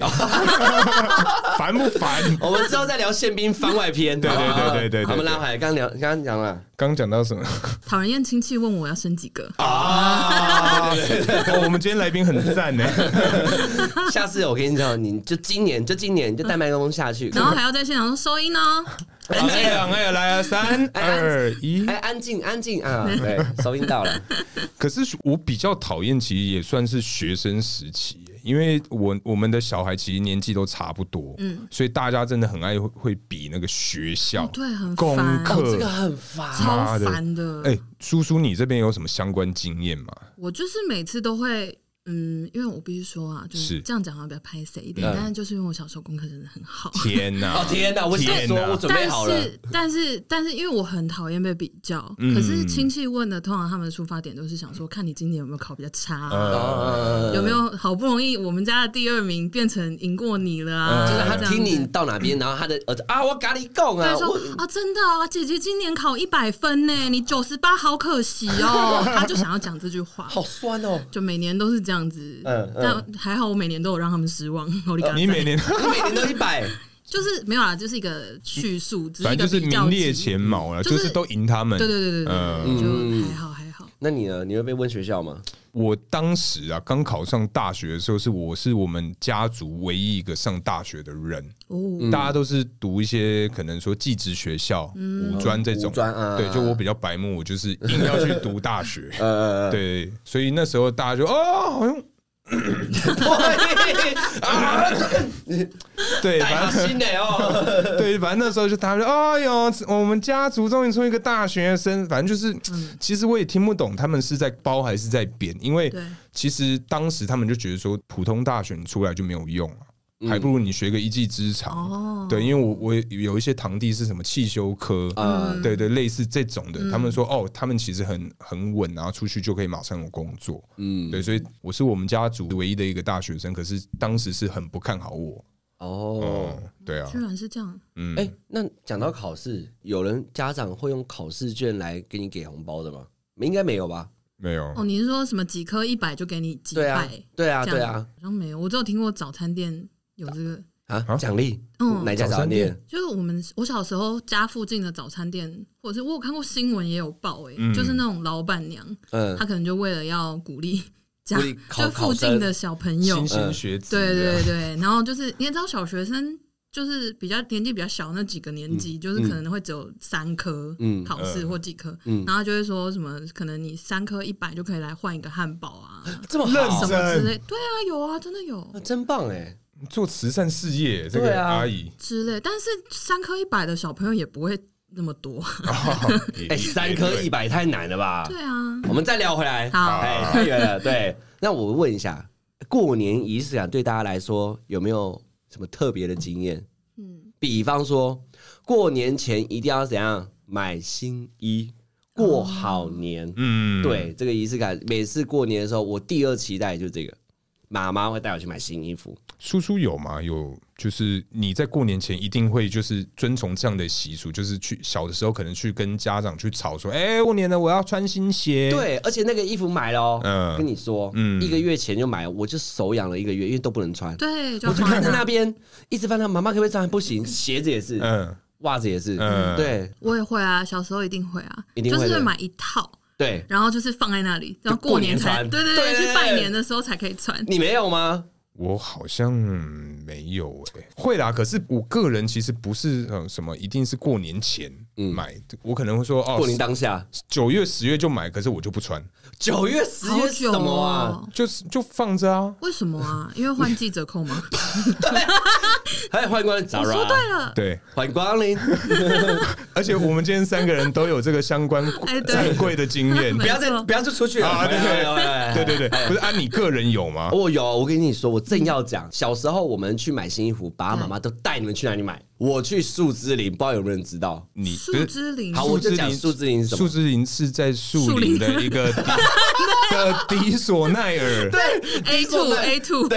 Speaker 2: 烦不烦？
Speaker 1: 我 们之后再聊宪兵番外篇。
Speaker 2: 对对
Speaker 1: 好不好
Speaker 2: 对对对对
Speaker 1: 好我们拉回来，刚刚聊，刚刚讲了
Speaker 2: 刚讲到什么？
Speaker 3: 讨人厌亲戚问我要生几 个，
Speaker 1: 啊。
Speaker 2: 哦，我们今天来宾很赞 呢，
Speaker 1: 下次我跟你讲，你就今年，就今年，你就带麦克风下去。
Speaker 3: 然后还要在现场说收音哦。
Speaker 2: 哎呀哎呀，来啊，三二 一
Speaker 1: 哎，。安静，安静 啊！对，收音到 了。
Speaker 2: 可是我比较讨厌，其实也算是学生时期耶，因为我我们的小孩其实年纪都差不多，嗯，所以大家真的很爱会会比那个学校、
Speaker 3: 哦对很
Speaker 2: 功
Speaker 3: 烦
Speaker 1: 哦，
Speaker 2: 课
Speaker 1: 这个。很烦。
Speaker 3: 超
Speaker 2: 妈的
Speaker 3: 烦的。
Speaker 2: 哎、叔叔，你这边有什么相关经验吗？
Speaker 3: 我就是每次都会，嗯，因为我必须说啊，就是是这样讲话比较拍谁一点，
Speaker 1: 嗯
Speaker 3: 但是就是因为我小时候功课真的很好。
Speaker 2: 天哪、
Speaker 1: 哦天哪！我想
Speaker 2: 天
Speaker 1: 说，
Speaker 2: 哪
Speaker 1: 我准备
Speaker 3: 但
Speaker 1: 好了。
Speaker 3: 是，但是，但是，因为我很讨厌被比较，
Speaker 2: 嗯
Speaker 3: 可是亲戚问的，通常他们的出发点都是想说，看你今年有没有考比较差啊、
Speaker 1: 呃
Speaker 3: 有没？有好不容易我们家的第二名变成赢过你了
Speaker 2: 嗯
Speaker 3: 啊，
Speaker 1: 就是呃他
Speaker 3: 这样
Speaker 1: 听你
Speaker 3: 子。
Speaker 1: 到哪边，然后他的儿子啊，我咖喱贡啊
Speaker 3: 对，，说
Speaker 1: 我
Speaker 3: 啊，真的啊，姐姐今年考一百 分呢，你九十八，好可惜哦。他就想要讲这句话，
Speaker 1: 好酸哦。
Speaker 3: 就每年都是这样样子，
Speaker 1: 嗯嗯
Speaker 3: 但还好我每年都有让他们失望。我跟
Speaker 2: 你每年
Speaker 1: 你每年都一百，
Speaker 3: 就是没有啦，就是一个叙述，只是一
Speaker 2: 反
Speaker 3: 个
Speaker 2: 正就是
Speaker 3: 比较
Speaker 2: 名列
Speaker 3: 级
Speaker 2: 前茅了，
Speaker 3: 就是
Speaker 2: 就是都赢他们。
Speaker 3: 对对对对对对，
Speaker 1: 嗯
Speaker 3: 就还好还好。
Speaker 1: 那你呢？你会被问学校吗？
Speaker 2: 我当时啊，刚考上大学的时候，是我是我们家族唯一一个上大学的人，
Speaker 3: 哦，
Speaker 1: 嗯
Speaker 2: 大家都是读一些可能说技职学校、五专这种
Speaker 1: 嗯五。专啊，
Speaker 2: 对，就我比较白目，我就是硬要去读 大学。
Speaker 1: 呃，
Speaker 2: 对，所以那时候大家就哦，好像
Speaker 1: 啊
Speaker 2: 对，反正
Speaker 1: 新的哦，
Speaker 2: 对，反正那时候就他们说：“哎呦，我们家族终于出一个大学生。”反正就是，
Speaker 3: 嗯
Speaker 2: 其实我也听不懂他们是在包还是在贬，因为
Speaker 3: 对
Speaker 2: 其实当时他们就觉得说，普通大学你出来就没有用了、
Speaker 1: 嗯
Speaker 2: 还不如你学个一技之长。
Speaker 3: 哦，
Speaker 2: 对，因为我我有一些堂弟是什么汽修科，
Speaker 1: 啊
Speaker 2: 对对，类似这种
Speaker 3: 嗯
Speaker 2: 的，他们说哦，他们其实很很稳，然后出去就可以马上有工作。
Speaker 1: 嗯，
Speaker 2: 对，所以我是我们家族唯一的一个大学生，可是当时是很不看好我。
Speaker 1: 哦
Speaker 2: 哦，，对啊
Speaker 3: 居，然是这样，
Speaker 2: 嗯，
Speaker 1: 哎，那讲到考试，有人家长会用考试卷来给你给红包的吗？应该没有吧？
Speaker 2: 没有
Speaker 3: 哦，你是说什么几颗一百就给你几
Speaker 1: 对啊
Speaker 3: 百？，
Speaker 1: 对啊，
Speaker 3: 这样
Speaker 1: 对啊，
Speaker 3: 好像没有，我只有听过早餐店有这个，
Speaker 1: 啊，
Speaker 2: 啊
Speaker 1: 奖励，
Speaker 3: 嗯
Speaker 1: 哪一家
Speaker 2: 早
Speaker 1: 早餐
Speaker 2: 餐店
Speaker 1: 店？
Speaker 3: 就是我们我小时候家附近的早餐店，或者是我有看过新闻也有报、欸，哎、
Speaker 2: 嗯
Speaker 3: 就是那种老板娘，
Speaker 1: 嗯
Speaker 3: 她，可能就为了要鼓励家
Speaker 1: 鼓励考
Speaker 3: 就附近的小朋友
Speaker 2: 新，鲜学子，
Speaker 3: 对对对，然后就是你也知道小学生。就是比较年纪比较小那几个年级，就是可能会只有三科
Speaker 1: 嗯
Speaker 3: 考试或几科，
Speaker 1: 嗯
Speaker 3: 然后就会说什么可能你三科一百就可以来换一个汉堡啊
Speaker 1: 这么
Speaker 3: 什
Speaker 1: 好
Speaker 2: 认真，
Speaker 3: 么之类，对啊有啊真的有，
Speaker 1: 啊真棒 哎！
Speaker 2: 做慈善事业这
Speaker 1: 对
Speaker 2: 个
Speaker 1: 啊
Speaker 2: 阿姨，
Speaker 3: 之类，但是三颗一百的小朋友也不会那么多。
Speaker 1: 哎，三颗一百
Speaker 2: 百，
Speaker 1: 太难了吧？
Speaker 3: 对啊，
Speaker 1: 我们再聊回来。
Speaker 3: 好，
Speaker 1: 哎，太远了。对，那我问一下，过年仪式感对大家来说有没有什么特别的经验？
Speaker 3: 嗯，
Speaker 1: 比方说，过年前一定要怎样买新衣，
Speaker 3: 哦
Speaker 1: 过好年。
Speaker 2: 嗯，
Speaker 1: 对，这个仪式感，每次过年的时候，我第二期待就是这个，妈妈会带我去买新衣服。
Speaker 2: 叔叔有吗？有，就是你在过年前一定会就是遵从这样的习俗，就是去小的时候可能去跟家长去吵说，哎，过年了我要穿新鞋，，
Speaker 1: 对，而且那个衣服买了哦，
Speaker 2: 嗯
Speaker 1: 跟你说，
Speaker 2: 嗯
Speaker 1: 一个月前就买，我就手痒了一个月，因为都不能穿。
Speaker 3: 对，啊就
Speaker 1: 我
Speaker 3: 要
Speaker 1: 就
Speaker 3: 放在
Speaker 1: 看在
Speaker 3: 那
Speaker 1: 那边，一直翻到妈妈可不可以穿？不行，鞋子也是，
Speaker 2: 嗯，
Speaker 1: 袜子也是，
Speaker 2: 嗯
Speaker 1: 对
Speaker 3: 我也会啊，小时候一定会啊，
Speaker 1: 一定
Speaker 3: 就
Speaker 1: 会的
Speaker 3: 是买一套，
Speaker 1: 对，
Speaker 3: 然后就是放在那里，然后
Speaker 1: 过年
Speaker 3: 年才
Speaker 1: 穿
Speaker 3: 对对
Speaker 1: 对对对
Speaker 3: 去拜年的时候才可以穿。
Speaker 1: 你没有吗？
Speaker 2: 我好像没有哎、会啦。可是我个人其实不是呃什么，一定是过年前买，我可能会说哦
Speaker 1: 嗯过，年当下，
Speaker 2: 九月十月就买，可是我就不穿，
Speaker 1: 九月、十
Speaker 3: 好
Speaker 1: 月是
Speaker 3: 久
Speaker 1: 什么啊？
Speaker 3: 哦，
Speaker 2: 就是就放着啊。
Speaker 3: 为什么啊？因为换季折扣 吗？
Speaker 1: 还有哎欢迎光临 z a
Speaker 3: 我
Speaker 1: r
Speaker 3: 说
Speaker 1: a
Speaker 3: 对了，
Speaker 2: 对，
Speaker 1: 欢迎光临，
Speaker 2: 而且我们今天三个人都有这个相关
Speaker 3: 哎对
Speaker 2: 站柜的经验。
Speaker 1: 不要再
Speaker 3: 没错
Speaker 1: 不要再出去了。
Speaker 2: 啊对对对对
Speaker 1: 对
Speaker 2: 对对，不是啊，你个人有吗？
Speaker 1: 我哦有，我跟你说，我正要讲，小时候我们去买新衣服，爸爸妈妈都带你们去哪里买？我去树枝林，不知道有没有人知道？
Speaker 2: 你不
Speaker 3: 树
Speaker 2: 是
Speaker 3: 之灵，
Speaker 1: 好，我就讲
Speaker 2: 树
Speaker 1: 树
Speaker 2: 枝
Speaker 1: 枝林是什
Speaker 2: 树
Speaker 1: 么？
Speaker 2: 枝林是在树林的一个地的迪索奈尔，
Speaker 3: A two A two，哦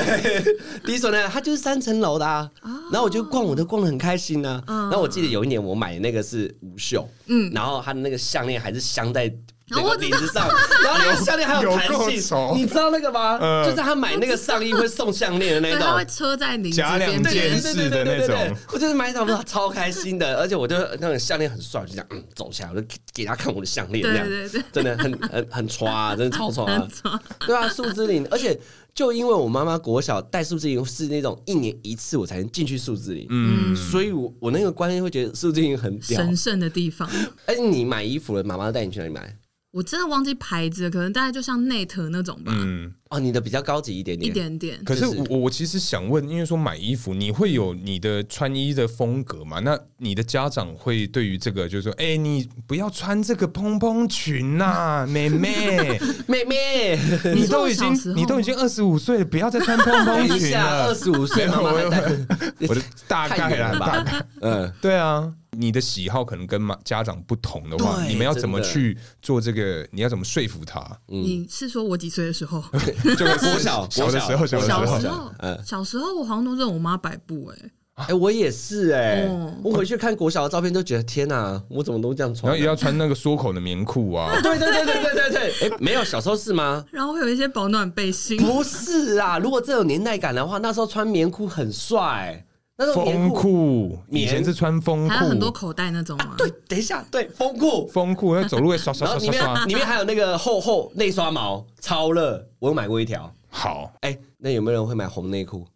Speaker 1: 第一所呢，它就是三层楼的啊。然后我就逛，我都逛得很开心啊。
Speaker 3: 嗯
Speaker 1: 然后我记得有一年我买的那个是无袖，嗯，然后它的那个项链还是镶在。那
Speaker 3: 哦
Speaker 1: 个
Speaker 3: 我知
Speaker 1: 领
Speaker 3: 道
Speaker 1: 子上，然后那个项链还
Speaker 2: 有
Speaker 1: 弹
Speaker 2: 够
Speaker 1: 性
Speaker 2: 丑，
Speaker 1: 你知道那个吗？
Speaker 2: 嗯
Speaker 1: 就是他买那个上衣会送项链的那
Speaker 3: 对，
Speaker 1: 种
Speaker 3: 它会，车在你
Speaker 2: 夹
Speaker 3: 这边
Speaker 2: 两件
Speaker 3: 边，
Speaker 2: 式的那种。
Speaker 1: 我就是买一条，超开心的，而且我就那种项链很帅，我就这样嗯走下来，我就给给他看我的项链，这
Speaker 3: 对
Speaker 1: 样
Speaker 3: 对对，
Speaker 1: 真的很很 很穿啊，真的超穿啊
Speaker 3: 很，爽
Speaker 1: 对啊，树枝林，而且就因为我妈妈国小带树枝林是那种一年一次我才能进去树枝林，嗯，所以我我那个观念会觉得树枝林很屌。
Speaker 3: 神圣的地方。
Speaker 1: 而且你买衣服了，妈妈带你去哪里买？
Speaker 3: 我真的忘记牌子了，可能大概就像 Net 那种吧，
Speaker 2: 嗯，
Speaker 1: 哦，你的比较高级一点
Speaker 3: 一
Speaker 1: 点，
Speaker 3: 点点。
Speaker 2: 可是
Speaker 1: 就是
Speaker 2: 我我其实想问，因为说买衣服，你会有你的穿衣的风格嘛？那你的家长会对于这个，就是说，哎、你不要穿这个蓬蓬裙呐、妹妹，
Speaker 1: 妹妹，
Speaker 2: 你
Speaker 3: 你说
Speaker 2: 都
Speaker 3: 我
Speaker 2: 已
Speaker 3: 小
Speaker 2: 经
Speaker 3: 时候
Speaker 2: 你都已经二十五岁了，不要再穿蓬
Speaker 1: 等
Speaker 2: 蓬
Speaker 1: 一
Speaker 2: 裙
Speaker 1: 下，二
Speaker 2: 了。
Speaker 1: 十五岁，妈妈还带你，
Speaker 2: 我的大
Speaker 1: 太
Speaker 2: 概
Speaker 1: 远
Speaker 2: 啦
Speaker 1: 了，
Speaker 2: 大
Speaker 1: 吧
Speaker 2: 概？
Speaker 1: 嗯，
Speaker 2: 对啊，你的喜好可能跟妈家长不同的话，
Speaker 1: 对
Speaker 2: 你们要怎么
Speaker 1: 真的
Speaker 2: 去做这个？你要怎么说服他？
Speaker 3: 你是说我几岁的时 候？
Speaker 2: 这个
Speaker 1: 国小
Speaker 2: 小的时候，小的时
Speaker 3: 小
Speaker 2: 候嗯
Speaker 3: 时，候，小时候我好像都任我妈摆布哎、
Speaker 1: 哎、我也是哎、
Speaker 3: 嗯
Speaker 1: 我回去看国小的照片，都觉得天哪、我怎么都这样
Speaker 2: 然
Speaker 1: 穿
Speaker 2: 后
Speaker 1: 啊、，
Speaker 2: 也要穿那个缩口的棉裤啊
Speaker 1: 对对对对对对对，哎、没有小时候是吗？
Speaker 3: 然后会有一些保暖背心，
Speaker 1: 不是啊，如果这有年代感的话，那时候穿棉裤很帅，那时候棉
Speaker 2: 风
Speaker 1: 裤啊
Speaker 2: 裤，以前是穿风
Speaker 3: 还有很多
Speaker 2: 裤，
Speaker 3: 口袋那种吗？
Speaker 1: 对，等一下，对风裤，
Speaker 2: 风裤那走路会刷刷
Speaker 1: 然后
Speaker 2: 刷
Speaker 1: 里
Speaker 2: 刷
Speaker 1: 面
Speaker 2: 刷。
Speaker 1: 里面还有那个厚厚内刷毛，超热，我有买过一条。
Speaker 2: 好，
Speaker 1: 哎、那有没有人会买红内裤？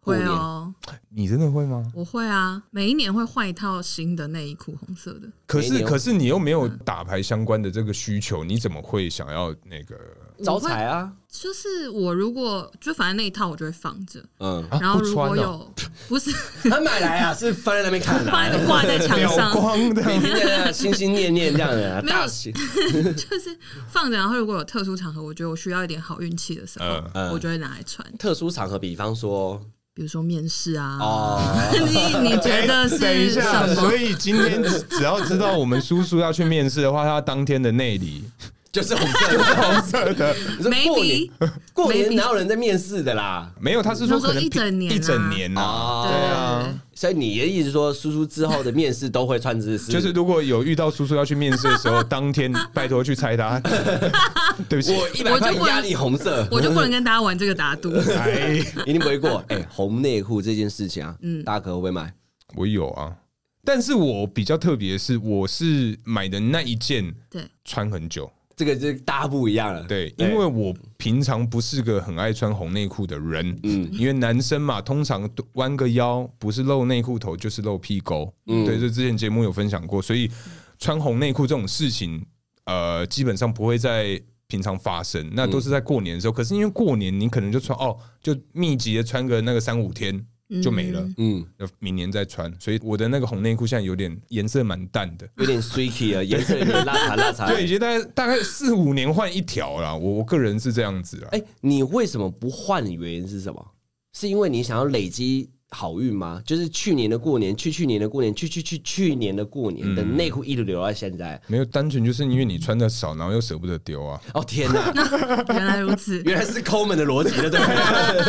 Speaker 3: 会哦，
Speaker 2: 你真的会吗？
Speaker 3: 我会啊，每一年会换一套新的内衣裤，红色的。
Speaker 2: 可
Speaker 1: 没
Speaker 2: 是
Speaker 1: 有
Speaker 2: 可是你又没有打牌相关的这个需求，你怎么会想要那个？
Speaker 1: 招
Speaker 3: 我会
Speaker 1: 财啊，
Speaker 3: 就是我如果就反正那一套我就会放着，
Speaker 1: 嗯，
Speaker 2: 啊
Speaker 3: 然后
Speaker 2: 不
Speaker 3: 如
Speaker 2: 穿
Speaker 3: 果
Speaker 2: 哦
Speaker 3: 有不是
Speaker 1: 他买来啊是放在那边看的、
Speaker 3: 放
Speaker 1: 啊
Speaker 3: 一， 个挂在 墙
Speaker 2: 秒
Speaker 3: 上，
Speaker 2: 光的，
Speaker 1: 每天在那心心念念这样的、啊，
Speaker 3: 没有
Speaker 1: 大喜，
Speaker 3: 就是放着。然后如果有特殊场合，我觉得我需要一点好运气的时候，
Speaker 1: 嗯
Speaker 3: 我就会拿来穿，
Speaker 1: 特殊场合，比方说
Speaker 3: 比如说面试啊。
Speaker 1: 哦，
Speaker 3: 你你觉得是
Speaker 2: 哎 等一下，
Speaker 3: 什么
Speaker 2: 所？以今天只只要知道我们叔叔要去面试的话，他当天的内里
Speaker 1: 就是红 色的，
Speaker 2: 红色的，
Speaker 1: 你说过年
Speaker 3: maybe
Speaker 1: 过年
Speaker 3: Maybe
Speaker 1: 哪有人在面试的啦？
Speaker 2: 没有，他是说可能
Speaker 3: 他说一整年啊
Speaker 2: 一整年呐、
Speaker 1: 哦
Speaker 3: 对
Speaker 2: 对啊，
Speaker 1: 所以你的意思是说，叔叔之后的面试都会穿这是
Speaker 2: 就是如果有遇到叔叔要去面试的时候，当天拜托去猜 他，对不起，
Speaker 1: 我一百块压力红色，
Speaker 3: 我就不能跟大家玩这个打赌。
Speaker 2: 哎，
Speaker 1: 一定不会过。哎、红内裤这件事情啊，
Speaker 3: 嗯
Speaker 1: 大可会不会买？
Speaker 2: 我有啊，但是我比较特别的是，我是买的那一件
Speaker 3: 对，
Speaker 2: 穿很久，
Speaker 1: 这个就大家不一样了。
Speaker 2: 对，因为我平常不是个很爱穿红内裤的人，嗯，因为男生嘛，通常都弯个腰，不是露内裤头就是露屁股，对，这之前节目有分享过，所以穿红内裤这种事情，呃，基本上不会在。平常发生，那都是在过年的时候。可是因为过年，你可能就穿哦，就密集的穿个那个三五天就没了，
Speaker 1: 嗯，
Speaker 2: 要明年再穿。所以我的那个红内裤现在有点颜色蛮淡的，
Speaker 1: 有点 streaky 啊，颜色有点邋遢邋遢。
Speaker 2: 对，已经大概大概四五年换一条啦。我我个人是这样子啦。
Speaker 1: 哎、你为什么不换？的原因是什么？是因为你想要累积好运吗？就是去年的过年，去去年的过年，去去去去年的过年的
Speaker 2: 嗯
Speaker 1: 内裤一直留到现在。
Speaker 2: 没有，单纯就是因为你穿的少，然后又舍不得丢啊。
Speaker 1: 哦天哪，
Speaker 3: 原来如此。
Speaker 1: 原来是抠门的逻辑的，对不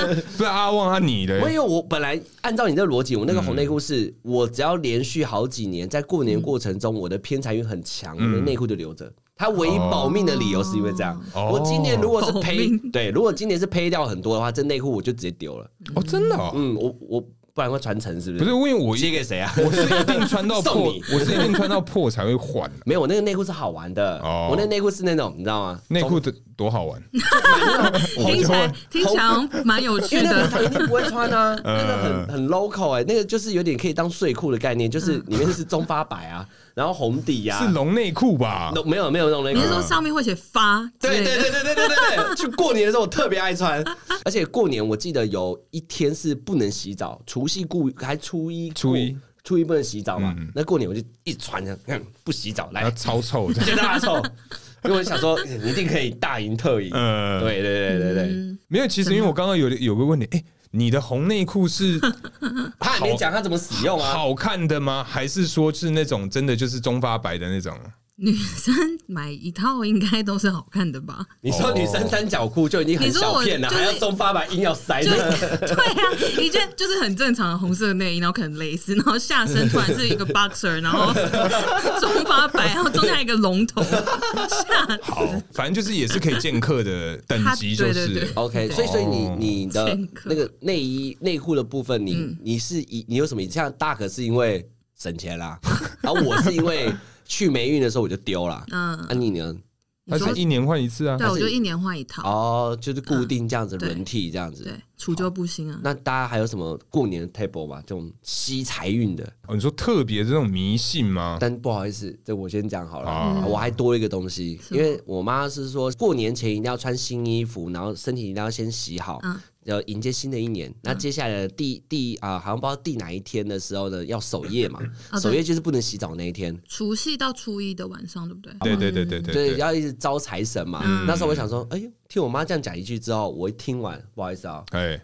Speaker 1: 对？
Speaker 2: 不是阿旺啊，你
Speaker 1: 我
Speaker 2: 嘞？
Speaker 1: 因为我本来按照你这个逻辑，我那个红内
Speaker 2: 嗯
Speaker 1: 裤是、我只要连续好几年在过年过程中，我的偏财运很强，
Speaker 2: 嗯
Speaker 1: 我的内裤就留着。它唯一保命的理由是因为这样。
Speaker 2: 哦
Speaker 1: 我今年如果是
Speaker 3: 保
Speaker 1: 赔
Speaker 3: 命，
Speaker 1: 对，如果今年是赔掉很多的话，这内裤我就直接丢了。
Speaker 2: 哦，真的、哦，
Speaker 1: 嗯，我我不然会传承是不是？
Speaker 2: 不是因为我
Speaker 1: 我
Speaker 2: 一
Speaker 1: 借给谁啊？
Speaker 2: 我是一定穿到破
Speaker 1: 送你，
Speaker 2: 我是一定穿到破才会换啊 的、
Speaker 1: 没有，我那个内裤是好玩的。
Speaker 2: 哦
Speaker 1: 我那个内裤是那种，你知道吗？
Speaker 2: 内裤的多好玩，
Speaker 3: 听起来听起来好像蛮有
Speaker 1: 因
Speaker 3: 趣
Speaker 1: 为那个平
Speaker 3: 的。
Speaker 1: 常一定不会穿 啊，
Speaker 2: 嗯
Speaker 1: 那个很很 local 哎、那个就是有点可以当睡裤的概念，
Speaker 2: 嗯
Speaker 1: 就是里面是中发白啊，然后红底啊 呀、
Speaker 2: 是龙内裤吧？
Speaker 1: no, 没有没有那种内
Speaker 3: 你
Speaker 1: 裤
Speaker 3: 是。说上面会写发之
Speaker 1: 对
Speaker 3: 类
Speaker 1: 对
Speaker 3: 的？
Speaker 1: 对对对对对对，去过年的时候我特别爱穿，而且过年我记得有一天是不能洗澡，除夕故还初一嗯
Speaker 2: 初一
Speaker 1: 初一不能洗澡嘛，那过年我就一直穿着，嗯不洗澡来
Speaker 2: 然后超臭的。
Speaker 1: 接大臭，因为我想说嗯一定可以大赢特赢，
Speaker 2: 呃，
Speaker 1: 对对对对对，
Speaker 3: 嗯，
Speaker 2: 没有，其实因为我刚刚有有个问题，哎、你的红内裤 是
Speaker 1: 他还没讲他怎么使用啊，
Speaker 2: 好看的吗？还是说是那种真的就是中发白的那种？
Speaker 3: 女生买一套应该都是好看的吧？
Speaker 1: 你说女生三角裤就已经很小片了，
Speaker 3: 你说我就是
Speaker 1: 还要中发白硬要塞
Speaker 3: 就
Speaker 1: 的，
Speaker 3: 对啊，一件就是很正常的红色内衣，然后可能蕾丝，然后下身突然是一个 boxer，然后中发白，然后中间还有一个龙头，吓
Speaker 2: 好，反正就是也是可以见客的等级，就
Speaker 3: 他
Speaker 2: 是
Speaker 3: 对对对
Speaker 1: OK，
Speaker 3: 对
Speaker 1: 所以所以你你的
Speaker 3: 哦千嗯克
Speaker 1: 那个内衣内裤的部分，你、你是以你有什么？你像大可是因为省钱 啦，然后我是因为去霉运的时候我就丢啦。
Speaker 3: 嗯
Speaker 1: 那、你呢？
Speaker 2: 他
Speaker 3: 你说
Speaker 2: 是一年换一次啊。
Speaker 3: 对，我就一年换一套，
Speaker 1: 哦，就是固定这样子
Speaker 3: 对
Speaker 1: 轮替这样子。
Speaker 3: 对，除旧布新啊。
Speaker 1: 那大家还有什么过年的 table 吗？这种吸财运的？
Speaker 3: 嗯
Speaker 2: 哦，你说特别这种迷信吗？
Speaker 1: 但不好意思，这我先讲好了，
Speaker 2: 啊
Speaker 1: 我还多一个东西，
Speaker 3: 什
Speaker 1: 因
Speaker 3: 么
Speaker 1: 为我妈是说过年前一定要穿新衣服，然后身体一定要先洗好，
Speaker 3: 嗯
Speaker 1: 要迎接新的一年。那接下来的第第啊、好像不知道第哪一天的时候呢，要守夜嘛，
Speaker 3: 哦对
Speaker 1: 守夜就是不能洗澡那一天。
Speaker 3: 除夕到初一的晚上，对不对？嗯
Speaker 2: 对对对对对
Speaker 1: 对，
Speaker 2: 对，
Speaker 1: 要一直招财神嘛。那时候我想说，哎呦，听我妈这样讲一句之后，我一听完，不好意思啊，
Speaker 2: 哎，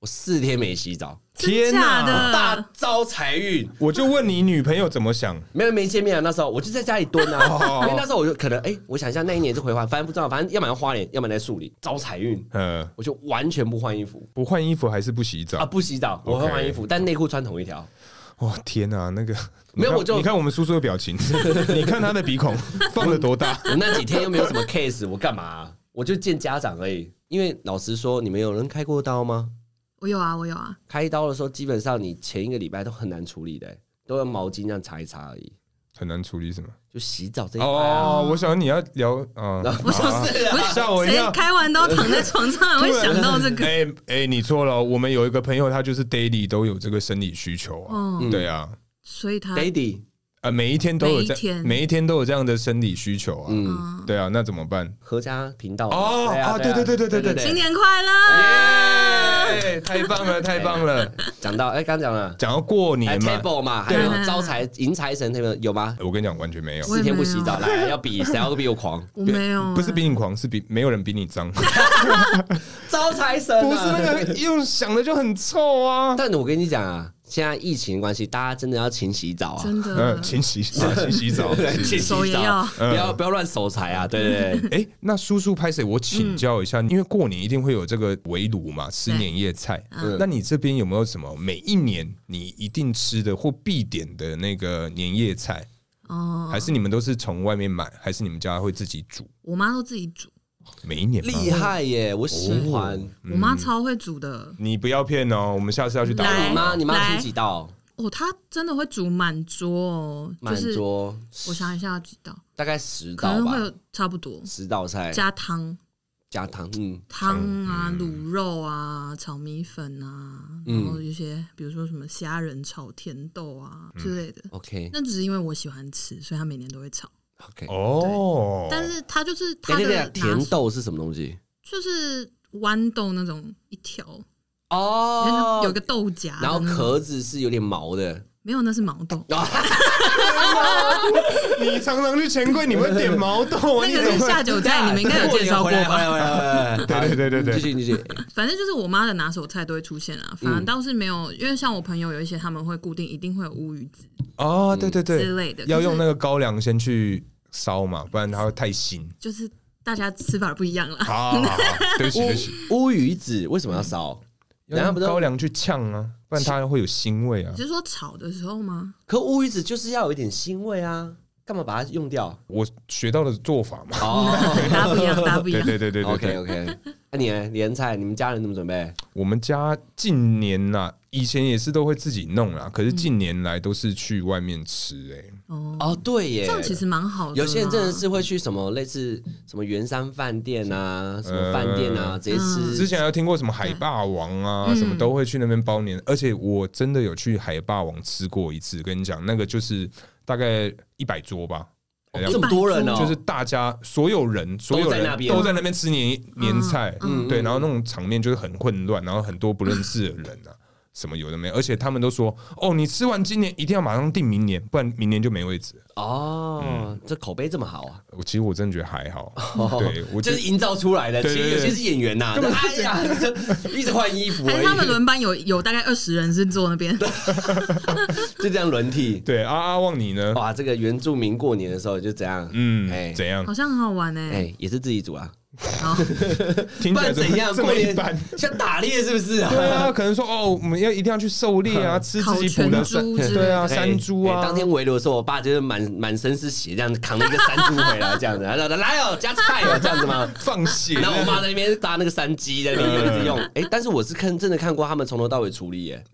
Speaker 1: 我四天没洗澡，
Speaker 2: 天
Speaker 3: 假
Speaker 2: 哪！
Speaker 3: 的？
Speaker 1: 大招财运。
Speaker 2: 我就问你女朋友怎么想？
Speaker 1: 没有没见面啊，那时候我就在家里蹲啊，
Speaker 2: 哦
Speaker 1: 因为那时候我就可能哎、我想一下那一年是回花，反正不知道，反正要不然花莲，要不然在树林招财运，
Speaker 2: 呃，
Speaker 1: 我就完全不换衣服
Speaker 2: 不换衣服还是不洗
Speaker 1: 啊，
Speaker 2: 澡？
Speaker 1: 不洗澡，我会
Speaker 2: OK
Speaker 1: 换衣服，但内裤穿同一条。
Speaker 2: 哇、哦天哪，那个
Speaker 1: 没有
Speaker 2: 你看
Speaker 1: 我就
Speaker 2: 你看我们叔叔的表情，你看他的鼻孔放的多大？
Speaker 1: 我那几天又没有什么 case，我干嘛啊、我就见家长而已。因为老实说，你们有人开过刀吗？
Speaker 3: 我有啊，我有啊，
Speaker 1: 开刀的时候，基本上你前一个礼拜都很难处理的、欸都用毛巾这样擦一擦而已。
Speaker 2: 很难处理什么？
Speaker 1: 就洗澡这一块、啊，
Speaker 2: 哦，我想你要聊啊，
Speaker 3: 我
Speaker 2: 好
Speaker 3: 想
Speaker 2: 啊
Speaker 1: 是啊，
Speaker 2: 吓我一
Speaker 3: 谁
Speaker 2: 跳。
Speaker 3: 开完刀躺在床 上还会想到 这个？
Speaker 2: 哎哎，你错了哦，我们有一个朋友，他就是 daily 都有这个生理需求啊。
Speaker 3: 嗯，
Speaker 2: 对啊，
Speaker 3: 所以他
Speaker 1: daddy，
Speaker 2: 呃，每一天都有这
Speaker 3: 每一天
Speaker 2: 每一天都有这样的生理需求啊。
Speaker 1: 嗯，
Speaker 3: 嗯，
Speaker 2: 对啊，那怎么办？
Speaker 1: 合家频道
Speaker 2: 哦
Speaker 1: 对啊，
Speaker 2: 啊
Speaker 1: 对啊
Speaker 2: 对对对
Speaker 1: 对
Speaker 2: 对对
Speaker 1: 对，
Speaker 3: 新年快乐！
Speaker 2: 哎，太棒了，太棒了！
Speaker 1: 讲到哎，刚讲了，
Speaker 2: 讲到过
Speaker 1: 来
Speaker 2: 年嘛，
Speaker 1: table 嘛，还
Speaker 2: 对
Speaker 1: 有招财迎财神 table 有吗？
Speaker 2: 我跟你讲，完全没有，
Speaker 3: 我
Speaker 1: 四
Speaker 3: 也
Speaker 1: 天
Speaker 3: 没
Speaker 1: 不
Speaker 3: 有
Speaker 1: 洗 澡，来要比谁要比我狂，
Speaker 3: 我没有啊，
Speaker 2: 不是比你狂，是比没有人比你 脏，不
Speaker 1: 招财神
Speaker 2: 是那个用想的就很臭啊。
Speaker 1: 但我跟你讲啊，现在疫情的关系，大家真的要勤洗澡啊，
Speaker 3: 真
Speaker 2: 嗯，
Speaker 3: 的，
Speaker 2: 勤洗啊勤洗澡。
Speaker 1: 勤 洗澡
Speaker 3: 手也要，
Speaker 1: 不要不要乱守财啊，对对对，
Speaker 2: 哎，那叔叔拍谁？我请
Speaker 3: 嗯
Speaker 2: 教一下，因为过年一定会有这个围炉嘛，吃年夜菜。
Speaker 3: 嗯
Speaker 2: 那你这边有没有什么每一年你一定吃的或必点的那个年夜菜？
Speaker 1: 嗯
Speaker 3: 哦，
Speaker 2: 还是你们都是从外面买？还是你们家会自己煮？
Speaker 3: 我妈都自己煮，
Speaker 2: 每一年 吗
Speaker 1: 厉害耶，我喜欢。
Speaker 3: 我妈超会煮的。
Speaker 2: 你不要骗哦，我们下次要去打
Speaker 1: 你
Speaker 3: 来
Speaker 2: 赌。
Speaker 1: 妈你妈
Speaker 3: 来
Speaker 1: 出几道？
Speaker 3: 哦，她真的会煮满桌哦，就
Speaker 1: 满
Speaker 3: 是
Speaker 1: 桌
Speaker 3: 我想一下要几道，
Speaker 1: 大概十
Speaker 3: 可
Speaker 1: 道
Speaker 3: 能
Speaker 1: 吧
Speaker 3: 会，有差不多
Speaker 1: 十道菜
Speaker 3: 加汤
Speaker 1: 加汤，嗯，嗯
Speaker 3: 汤啊、卤肉啊、炒米粉啊，然后一些比如说什么虾仁炒甜豆啊
Speaker 1: 嗯
Speaker 3: 之类的。
Speaker 1: OK
Speaker 3: 那只是因为我喜欢吃，所以她每年都会炒。
Speaker 1: OK。
Speaker 2: 哦，
Speaker 3: 但是她就是
Speaker 1: 等
Speaker 3: 她
Speaker 1: 等
Speaker 3: 的
Speaker 1: 等，
Speaker 3: 拿
Speaker 1: 甜
Speaker 3: 手
Speaker 1: 豆是什么东西？
Speaker 3: 就是豌豆那种一条，
Speaker 1: 哦
Speaker 3: 有个豆荚的那
Speaker 1: 然后
Speaker 3: 种，
Speaker 1: 壳子是有点毛的，
Speaker 3: 没有，那是毛豆。
Speaker 2: 你常常去钱柜，你会点毛豆啊？
Speaker 3: 那
Speaker 2: 你
Speaker 3: 个
Speaker 2: 怎
Speaker 3: 是
Speaker 2: 么
Speaker 3: 下
Speaker 2: 会？
Speaker 3: 酒菜， 你们应该有介 绍过吧？
Speaker 1: 吧？
Speaker 2: 对对对对
Speaker 1: 继
Speaker 2: 对，
Speaker 1: 续继续，
Speaker 3: 反正就是我妈的拿手菜都会出现啊，反而倒是没有，因为像我朋友有一些他们会固定一定会有乌鱼子
Speaker 2: 哦，对对
Speaker 3: 之
Speaker 2: 对，
Speaker 3: 类的，
Speaker 2: 要
Speaker 3: 可是
Speaker 2: 用那个高粱先去烧嘛，不然它会太 腥。
Speaker 3: 就是大家吃法不一样啦。
Speaker 2: 好，好好对 不起对不起，
Speaker 1: 乌鱼子为什么要烧？
Speaker 2: 要
Speaker 1: 然后
Speaker 2: 用
Speaker 1: 不是
Speaker 2: 高粱去呛啊，不然它会有腥味啊
Speaker 3: 只。是说炒的时候吗？
Speaker 1: 可乌鱼子就是要有一点腥味啊，干嘛把它用掉？
Speaker 2: 我学到的做法 嘛。
Speaker 1: 哦
Speaker 3: 大家不一样，大家不一
Speaker 2: 对
Speaker 3: 样。
Speaker 2: 对对对对
Speaker 1: ，OK
Speaker 2: 对，
Speaker 1: OK，那你呢？ 莲菜，你们家人怎么准备？
Speaker 2: 我们家近年呐，以前也是都会自己弄啦，可是近年来都是去外面吃哎。
Speaker 3: 哦，
Speaker 1: 哦，对耶，
Speaker 3: 这样其实蛮好的啦。
Speaker 1: 有些人真的是会去什么类似什么圆山饭店
Speaker 3: 嗯
Speaker 1: 啊，什么饭店啊，直接
Speaker 2: 呃之
Speaker 1: 吃。
Speaker 2: 前还有听过什么海霸王啊，
Speaker 3: 嗯
Speaker 2: 什么都会去那边包年，而且我真的有去海霸王吃过一次。跟你讲，那个就是大概一百桌吧，
Speaker 1: 哦
Speaker 2: 还是
Speaker 1: 这么多人哦，
Speaker 2: 就是大家所有人所有
Speaker 1: 在
Speaker 2: 人
Speaker 1: 那边
Speaker 2: 都在那边吃年年菜，
Speaker 1: 嗯嗯
Speaker 2: 对，然后那种场面就是很混乱，然后很多不认识的人啊。什么有的没有，而且他们都说哦，你吃完今年一定要马上订明年，不然明年就没位置了。嗯
Speaker 1: 哦，这口碑这么好啊，
Speaker 2: 我其实我真的觉得还好，对我
Speaker 1: 这哦
Speaker 2: 觉
Speaker 1: 是
Speaker 2: 得
Speaker 1: 营造出来的。其
Speaker 2: 对对
Speaker 1: 实
Speaker 2: 对
Speaker 1: 有些是演员呐，哎呀，这一直换衣服
Speaker 3: 还是哎他们
Speaker 1: 而
Speaker 3: 轮班有有大概二十人是坐那边，
Speaker 1: 已，就这样轮替。
Speaker 2: 对阿阿旺你呢？
Speaker 1: 哇，这个原住民过年的时候就这样，
Speaker 2: 嗯，
Speaker 1: 哎
Speaker 2: 怎样？
Speaker 3: 好像很好玩哎。
Speaker 1: 哎，也是自己煮 啊，
Speaker 3: 好，
Speaker 2: 听
Speaker 1: 不
Speaker 2: 起来
Speaker 1: 然怎样？
Speaker 2: 这
Speaker 1: 过
Speaker 2: 么一
Speaker 1: 年
Speaker 2: 般？
Speaker 1: 像打猎是不是啊？
Speaker 2: 对啊，可能说哦，我们要一定要去狩猎啊，吃自己捕的山
Speaker 3: 烤全猪之类的
Speaker 2: 对啊，
Speaker 1: 哎
Speaker 2: 山猪
Speaker 1: 哎
Speaker 2: 啊。
Speaker 1: 当天围炉的时候，我爸就是满满身是血，这样子扛了一个山猪回来，这样子，然后说来哦，加菜哦，这样子 嘛。
Speaker 2: 放血，
Speaker 1: 然后我 妈在那边搭那个山鸡，在那边一直 用。哎、但是我是看真的看过他们从头到尾处理，耶，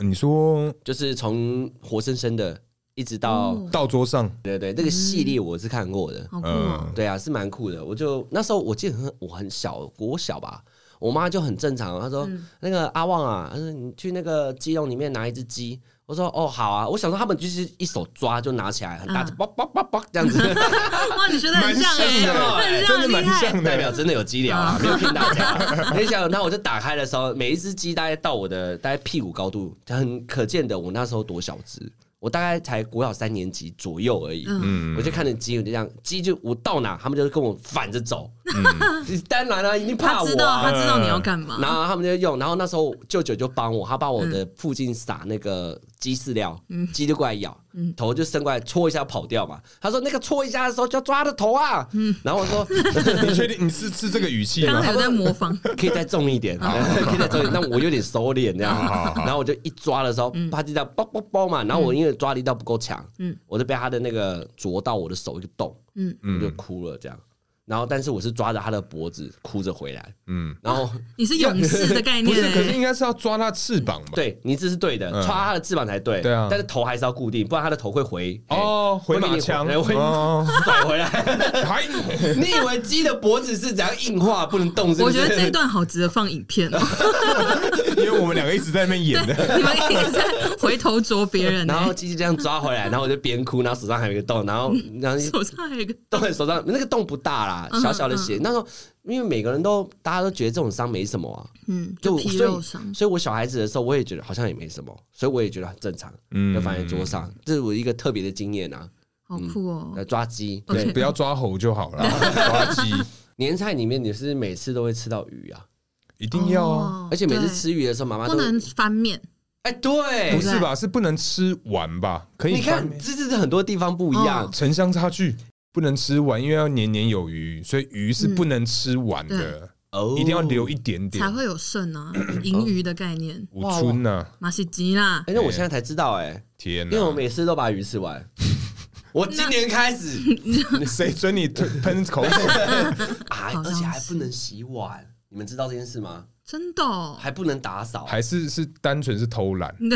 Speaker 2: 你说
Speaker 1: 就是从活生生的一直到，
Speaker 3: 哦
Speaker 2: 到桌上，
Speaker 1: 对对，
Speaker 2: 嗯
Speaker 1: 那个系列我是看过的。
Speaker 3: 好酷哦！
Speaker 1: 对啊，是蛮酷的。我就那时候我记得很我很小，国小吧，我妈就很正常，她说、那个阿旺啊，她说你去那个鸡笼里面拿一只鸡。我说哦好啊，我想说他们就是一手抓就拿起来，很大只，
Speaker 3: 嗯
Speaker 1: 叭叭
Speaker 2: 呃
Speaker 1: 叭叭这样子，
Speaker 3: 哇，你学的很像
Speaker 2: 蛮像的
Speaker 1: 欸
Speaker 3: 哎，很像
Speaker 2: 真的
Speaker 3: 很
Speaker 2: 蛮
Speaker 3: 厉害。
Speaker 2: 像
Speaker 1: 代表
Speaker 2: 的。
Speaker 1: 真的有鸡疗啊，没有骗大家啊。 没想到我就打开的时候，每一只鸡大概到我的大概屁股高度，很可见的我那时候多小只，我大概才国小三年级左右而已，
Speaker 2: 嗯
Speaker 1: 我就看着鸡，我就这样，鸡就我到哪，他们就跟我反着走， 当然了、一定怕
Speaker 3: 他
Speaker 1: 我、啊，
Speaker 3: 知道他知道你要干嘛，
Speaker 1: 然后他们就用，然后那时候舅舅就帮我，他把我的附近撒那个鸡饲料，
Speaker 3: 嗯
Speaker 1: 鸡就过来咬，头就伸过来戳一下跑掉嘛。他说那个戳一下的时候就要抓他的头啊，
Speaker 3: 嗯
Speaker 1: 然后我说
Speaker 2: 你确定你是是这个语气
Speaker 3: 刚
Speaker 2: 吗
Speaker 3: 才？有在模仿，
Speaker 1: 可以再重一点， 可以再重一点，那我有点收敛这样
Speaker 2: 好好。好
Speaker 1: 然后我就一抓的时候，啪就这样包包包嘛，然后我因为抓力道不够强，
Speaker 3: 嗯
Speaker 1: 我就被他的那个啄到我的手一个洞，
Speaker 3: 嗯
Speaker 1: 我就哭了这样。然后但是我是抓着他的脖子哭着回来，
Speaker 2: 嗯，
Speaker 1: 然后。
Speaker 3: 你是勇士的概
Speaker 2: 不
Speaker 3: 念
Speaker 2: 是，可是
Speaker 3: 欸，
Speaker 2: 应该是要抓他翅膀 吧？
Speaker 1: 对你这是对的，
Speaker 2: 嗯
Speaker 1: 抓他的翅膀才对。
Speaker 2: 对啊
Speaker 1: 但是头还是要固定，不然他的头会回
Speaker 2: 哦，回马枪，
Speaker 1: 会被你
Speaker 2: 哦，
Speaker 1: 甩回来。
Speaker 2: 还
Speaker 1: 你以为鸡的脖子是怎样硬化不能动？是不
Speaker 3: 我
Speaker 1: 是
Speaker 3: 觉得这一段好值得放影片哦，
Speaker 2: 因为我们两个一直在那边演 的，
Speaker 3: 你们一直在回头啄别人 欸，
Speaker 1: 然后鸡就这样抓回来，然后我就边哭，然后手上还有一个洞，然后然后就
Speaker 3: 欸手上还有一个，
Speaker 1: 洞手上那个洞不大啦，
Speaker 3: 嗯
Speaker 1: 小小的血。那时候因为每个人都大家都觉得这种伤没什么啊，
Speaker 3: 嗯，
Speaker 1: 就
Speaker 3: 就
Speaker 1: 所
Speaker 3: 皮
Speaker 1: 以
Speaker 3: 肉伤，
Speaker 1: 所以我小孩子的时候我也觉得好像也没什么，所以我也觉得很正常，
Speaker 2: 嗯
Speaker 1: 就放在桌上，这是我一个特别的经验啊。
Speaker 3: 好酷哦，
Speaker 1: 呃抓鸡，
Speaker 3: OK
Speaker 1: 对，
Speaker 2: 不要抓猴就好了，抓鸡
Speaker 1: 年菜里面你是每次都会吃到鱼啊。
Speaker 2: 一定要啊，
Speaker 3: 哦
Speaker 1: 而且每次
Speaker 3: 对
Speaker 1: 吃鱼的时候，妈妈
Speaker 3: 不
Speaker 1: 都
Speaker 3: 能翻面，
Speaker 1: 哎，
Speaker 2: 不
Speaker 1: 对，
Speaker 2: 是吧？是不能吃完吧？可以
Speaker 1: 你看
Speaker 2: 翻
Speaker 1: 这这是很多地方不一样
Speaker 3: 哦，
Speaker 2: 城乡差距。不能吃完，因为要年年有余，所以鱼是不能吃完的，
Speaker 1: 哦
Speaker 2: 一定要留一。点点
Speaker 3: 嗯才。会有剩啊，盈余的概念，
Speaker 2: 五春呐、
Speaker 3: 马西吉
Speaker 1: 嗯
Speaker 3: 啦，
Speaker 1: 哦哎，那我现在才知道，哎，
Speaker 2: 天
Speaker 1: 因
Speaker 2: 呐、
Speaker 1: 为我每次都把鱼吃 完。我今年开始
Speaker 2: 谁准你吞喷口 水？
Speaker 1: 啊，而且还不能洗碗，你们知道这件事吗？
Speaker 3: 真的哦，
Speaker 1: 还不能打扫，
Speaker 2: 还是是单纯是偷懒？
Speaker 3: 嗯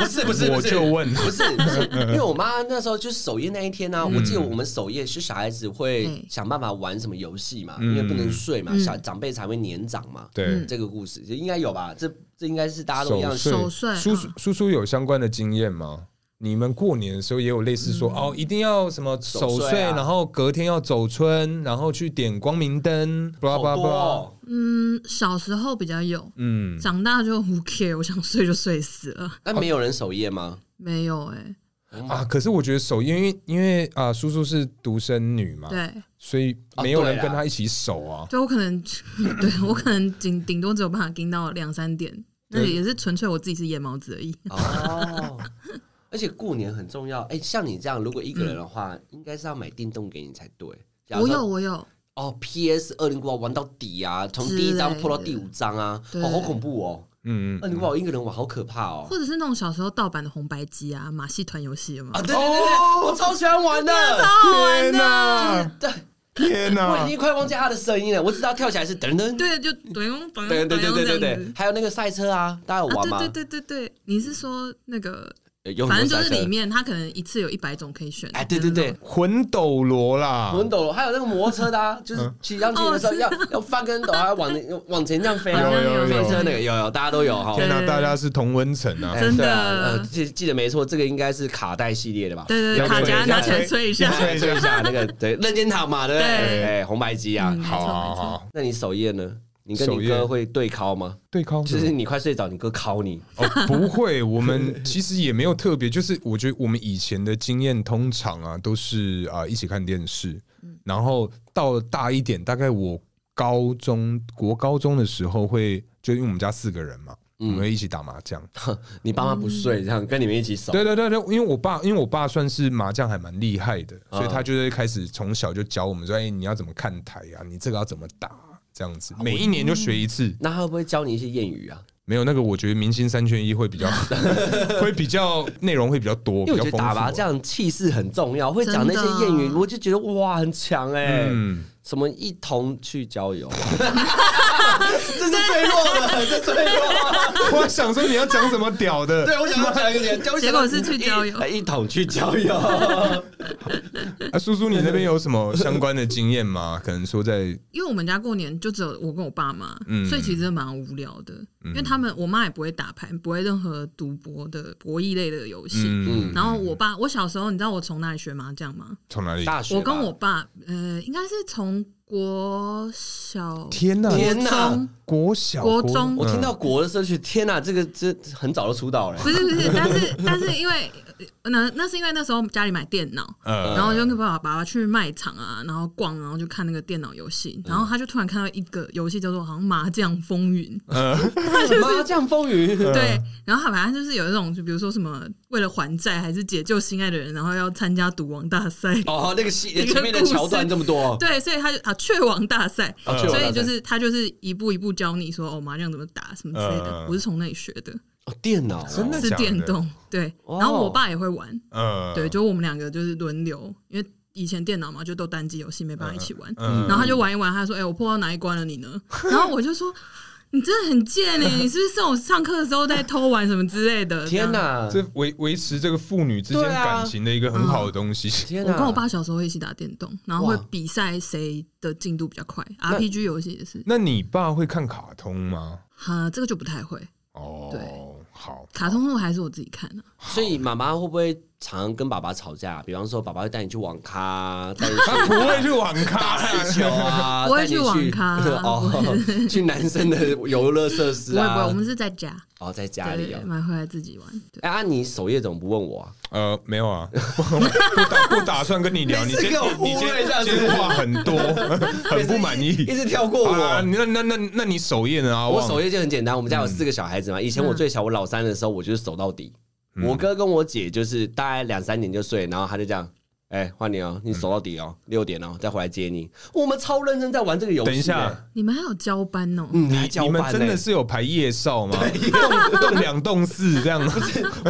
Speaker 1: 不是不是，
Speaker 2: 我
Speaker 1: 不是
Speaker 2: 就问
Speaker 1: 不是，不 是因为我妈那时候就是守夜那一天呢、我
Speaker 2: 嗯
Speaker 1: 记得我们守夜是小孩子会
Speaker 3: 嗯
Speaker 1: 想办法玩什么游戏嘛，
Speaker 2: 嗯
Speaker 1: 因为不能睡嘛，
Speaker 3: 嗯
Speaker 1: 小长辈才会年长嘛。
Speaker 2: 对，
Speaker 1: 这个故事就应该有吧？这这应该是大家都一样的
Speaker 3: 手睡
Speaker 2: 叔叔叔叔有相关的经验吗？你们过年的时候也有类似
Speaker 3: 嗯
Speaker 2: 说、哦，一定要什么守
Speaker 1: 守
Speaker 2: 岁，
Speaker 1: 岁啊
Speaker 2: 然后隔天要走村，然后去点光明灯，巴拉
Speaker 1: 好
Speaker 2: 巴
Speaker 1: 多
Speaker 2: 拉。
Speaker 1: 哦。
Speaker 3: 嗯，小时候比较有，
Speaker 2: 嗯，
Speaker 3: 长大就 who care，我想睡就睡死了，
Speaker 1: 那没有人守夜吗？？Oh
Speaker 3: 没有哎，
Speaker 2: 啊，可是我觉得守夜，因为因为啊，叔叔是独生女嘛，
Speaker 3: 对，
Speaker 2: 所以
Speaker 1: 啊
Speaker 2: 没有人
Speaker 1: 对啊
Speaker 2: 跟她一起守哦啊。
Speaker 3: 对我可能， 对我可能顶顶多只有办法盯到两三点，那
Speaker 2: 对
Speaker 3: 也是纯粹我自己是夜猫子而已。
Speaker 1: 哦，而且过年很重要。哎、像你这样，如果一个人的话，应该是要买电动给你才对。假如
Speaker 3: 我
Speaker 1: 说
Speaker 3: 有我有，
Speaker 1: 哦，PS 二零古堡玩到底啊，从第一章
Speaker 3: 之类的
Speaker 1: 破到第五章啊，
Speaker 3: 对
Speaker 1: 哦，好恐怖哦！
Speaker 2: 嗯
Speaker 1: 二零古堡一个人玩好可怕哦。
Speaker 3: 或者是那种小时候盗版的红白机啊、马戏团游戏有吗
Speaker 1: 啊，？对对对对，
Speaker 3: 哦
Speaker 1: 我超喜欢玩的。
Speaker 2: 天哪，
Speaker 1: 对，
Speaker 2: 哦天
Speaker 1: 我
Speaker 2: 哪
Speaker 1: 已！经快忘记他的声音了，我只知道跳起来是噔噔。
Speaker 3: 对，就咚咚
Speaker 1: 对对对对对
Speaker 3: 这样
Speaker 1: 对
Speaker 3: 子，
Speaker 1: 还有那个赛车啊，大家有玩吗？
Speaker 3: 啊，对对对对对，你是说那个，
Speaker 1: 对，有很
Speaker 3: 反
Speaker 1: 多
Speaker 3: 正就是
Speaker 1: 赛车
Speaker 3: 里面嗯它可能一次有一百种可以选。
Speaker 1: 哎，对对对，
Speaker 2: 魂斗罗啦，
Speaker 1: 滚斗，还有那个摩托车的，啊，
Speaker 3: 嗯
Speaker 1: 就是骑上去的时候
Speaker 3: 哦
Speaker 1: 要要翻跟斗，还要往往前这样飞啊，
Speaker 2: 有有有
Speaker 1: 飞车那个有有，大家都有哈。
Speaker 2: 天哪，
Speaker 3: 对
Speaker 2: 大家是同温层啊
Speaker 1: 哎！
Speaker 3: 真的
Speaker 1: 对啊呃，记记得没错，这个应该是卡带系列的吧？
Speaker 3: 对对对，
Speaker 2: 要
Speaker 3: 卡
Speaker 2: 吹
Speaker 3: 夹
Speaker 2: 一下
Speaker 3: 拿起来吹一下。
Speaker 2: 吹
Speaker 1: 对一下那 个对任天堂嘛，对不对？
Speaker 3: 对
Speaker 1: 哎，红白机啊
Speaker 3: 嗯，
Speaker 2: 好
Speaker 3: 没错
Speaker 2: 好
Speaker 3: 没错
Speaker 2: 好，
Speaker 1: 那你首页呢？你跟
Speaker 2: 首
Speaker 1: 你
Speaker 2: 页
Speaker 1: 哥会对敲吗？
Speaker 2: 对康
Speaker 1: 就是你快睡着，你哥敲你。
Speaker 2: 哦，不会，我们其实也没有特别，就是我觉得我们以前的经验通常啊都是啊、一起看电视，然后到了大一点，大概我高中国高中的时候会，就因为我们家四个人嘛，我们会一起打麻将。
Speaker 1: 你爸妈不
Speaker 3: 嗯
Speaker 1: 睡，这样跟你们一起守。
Speaker 2: 对对对对，因为我爸，因为我爸算是麻将还蛮厉害的，
Speaker 1: 嗯
Speaker 2: 所以他就会开始从小就教我们说，哎，你要怎么看台啊，你这个要怎么打、这样
Speaker 1: 啊
Speaker 2: 子，每一年就学一次。
Speaker 1: 那他会不会教你一些谚语啊？
Speaker 2: 没有那个，我觉得明星三缺一会比较， 会比较内容会比较多，
Speaker 1: 因
Speaker 2: 比
Speaker 1: 为我
Speaker 2: 较
Speaker 1: 觉得
Speaker 2: 丰富
Speaker 1: 打
Speaker 2: 啊。
Speaker 1: 麻将气势很重要，会讲那
Speaker 3: 真
Speaker 1: 些
Speaker 3: 的啊
Speaker 1: 谚语，我就觉得哇，很强哎。
Speaker 2: 嗯，
Speaker 1: 什么一同去郊 游， 这是最弱的，这最弱。
Speaker 2: 我想说你要讲什么屌 的？
Speaker 1: 对，我想要讲一点，就
Speaker 3: 结果是去郊游
Speaker 1: 一一同去郊 游。
Speaker 2: 啊，叔叔，你那边有 什么相关的经验吗？可能说在
Speaker 3: 因为我们家过年就只有我跟我爸妈，
Speaker 2: 嗯
Speaker 3: 所以其实蛮无聊的。因为他们我妈也不会打牌，不会任何赌博的博弈类的游戏。
Speaker 2: 嗯，
Speaker 3: 然后我爸，我小时候你知道我从哪里学麻将吗？
Speaker 2: 从哪里？
Speaker 1: 大学吧，
Speaker 3: 我跟我爸，呃，应该是从国小、
Speaker 2: 天哪，
Speaker 1: 天
Speaker 3: 国
Speaker 1: 哪
Speaker 3: 中！
Speaker 2: 国小
Speaker 3: 国中
Speaker 1: 我听到国的时候去，天
Speaker 2: 嗯
Speaker 1: 哪，这个这很早就出道了。
Speaker 3: 不是不是，但是但是因为呃那那是因为那时候家里买电脑，
Speaker 2: 呃，
Speaker 3: 然后我就跟爸爸爸爸去卖场啊，然后逛，然后就看那个电脑游戏，然后他就突然看到一个游戏叫做好像麻将风云，
Speaker 1: 麻将风云，
Speaker 3: 对，然后他反正就是有一种就比如说什么为了还债还是解救心爱的人，然后要参加赌王大赛，
Speaker 1: 哦，那个 戏
Speaker 3: 一个
Speaker 1: 前面的桥段这么多，
Speaker 3: 对，所以他就啊雀王大赛，
Speaker 1: 哦
Speaker 2: 啊
Speaker 1: 雀王大
Speaker 3: 所
Speaker 1: 赛
Speaker 3: 以就是他就是一步一步教你说哦麻将怎么打什么之类的，
Speaker 2: 嗯
Speaker 3: 我是从那里学的，
Speaker 1: 哦电脑
Speaker 2: 真的
Speaker 3: 是
Speaker 2: 假的
Speaker 3: 电动，对，
Speaker 1: 哦
Speaker 3: 然后我爸也会玩，
Speaker 2: 呃，
Speaker 3: 对，就我们两个就是轮流，因为以前电脑嘛，就都单机游戏，没办法一起玩。
Speaker 2: 嗯
Speaker 3: 然后他就玩一玩，他说：“哎、我破到哪一关了？你呢？” 然后我就说：“你真的很贱 哎、你是不是趁我上课的时候在偷玩什么之类的？”
Speaker 1: 天
Speaker 3: 哪！
Speaker 1: 哪，
Speaker 2: 这维维持这个父女之
Speaker 1: 嗯
Speaker 2: 间
Speaker 1: 对啊嗯
Speaker 2: 感情的一个很好的东西。
Speaker 1: 天
Speaker 3: 我
Speaker 1: 哪！
Speaker 3: 跟我爸小时候会一起打电动，然后
Speaker 1: 哇
Speaker 3: 会比赛谁的进度比较快。RPG 游戏也是，
Speaker 2: 那你爸会看卡通吗？
Speaker 3: 哈，这个就不太会。
Speaker 2: 哦，
Speaker 3: 对，
Speaker 2: 好，
Speaker 3: 卡通路还是我自己看的、
Speaker 1: 所以妈妈会不会常跟爸爸吵架？比方说，爸爸会带你去网 咖，带你
Speaker 2: 他不
Speaker 1: 去
Speaker 2: 会去网咖
Speaker 1: 打
Speaker 2: 啦，
Speaker 1: 篮球啊，
Speaker 3: 不会
Speaker 1: 带你
Speaker 3: 去网咖
Speaker 1: 哦，去男生的游乐设
Speaker 3: 不
Speaker 1: 施
Speaker 3: 会
Speaker 1: 啊，
Speaker 3: 不会，我们是在家，
Speaker 1: 哦，在家
Speaker 3: 对
Speaker 1: 里
Speaker 3: 对，
Speaker 1: 哦。
Speaker 3: 买回来自己玩。对，
Speaker 1: 哎，啊，你守夜怎么不问我啊？
Speaker 2: 呃，没有啊， 不打不打算跟你 聊，
Speaker 1: 每
Speaker 2: 你
Speaker 1: 次
Speaker 2: 今
Speaker 1: 给我忽
Speaker 2: 你今
Speaker 1: 略一下
Speaker 2: 今
Speaker 1: 是不
Speaker 2: 天
Speaker 1: 是
Speaker 2: 话很 多，很不满
Speaker 1: 一直一
Speaker 2: 意。
Speaker 1: 直跳过
Speaker 2: 啊，
Speaker 1: 我。
Speaker 2: 那那那那你守夜呢？阿
Speaker 1: 我
Speaker 2: 旺
Speaker 1: 守夜就很简单，我们家有四个小孩子嘛。以前我最小，我老三的时候，我就是守到底。我哥跟我姐就是大概两三点就睡，然后他就这样，哎，换你哦，你守到底哦，六点哦，再回来接你。我们超认真在玩这个游戏。哎
Speaker 2: 等一下，，
Speaker 3: 你们还有交班哦、
Speaker 1: 嗯，还
Speaker 2: 你
Speaker 1: 交
Speaker 2: 们
Speaker 1: 班
Speaker 2: 真
Speaker 1: 呢
Speaker 2: 的是有排夜少吗？动动两动四这 样吗？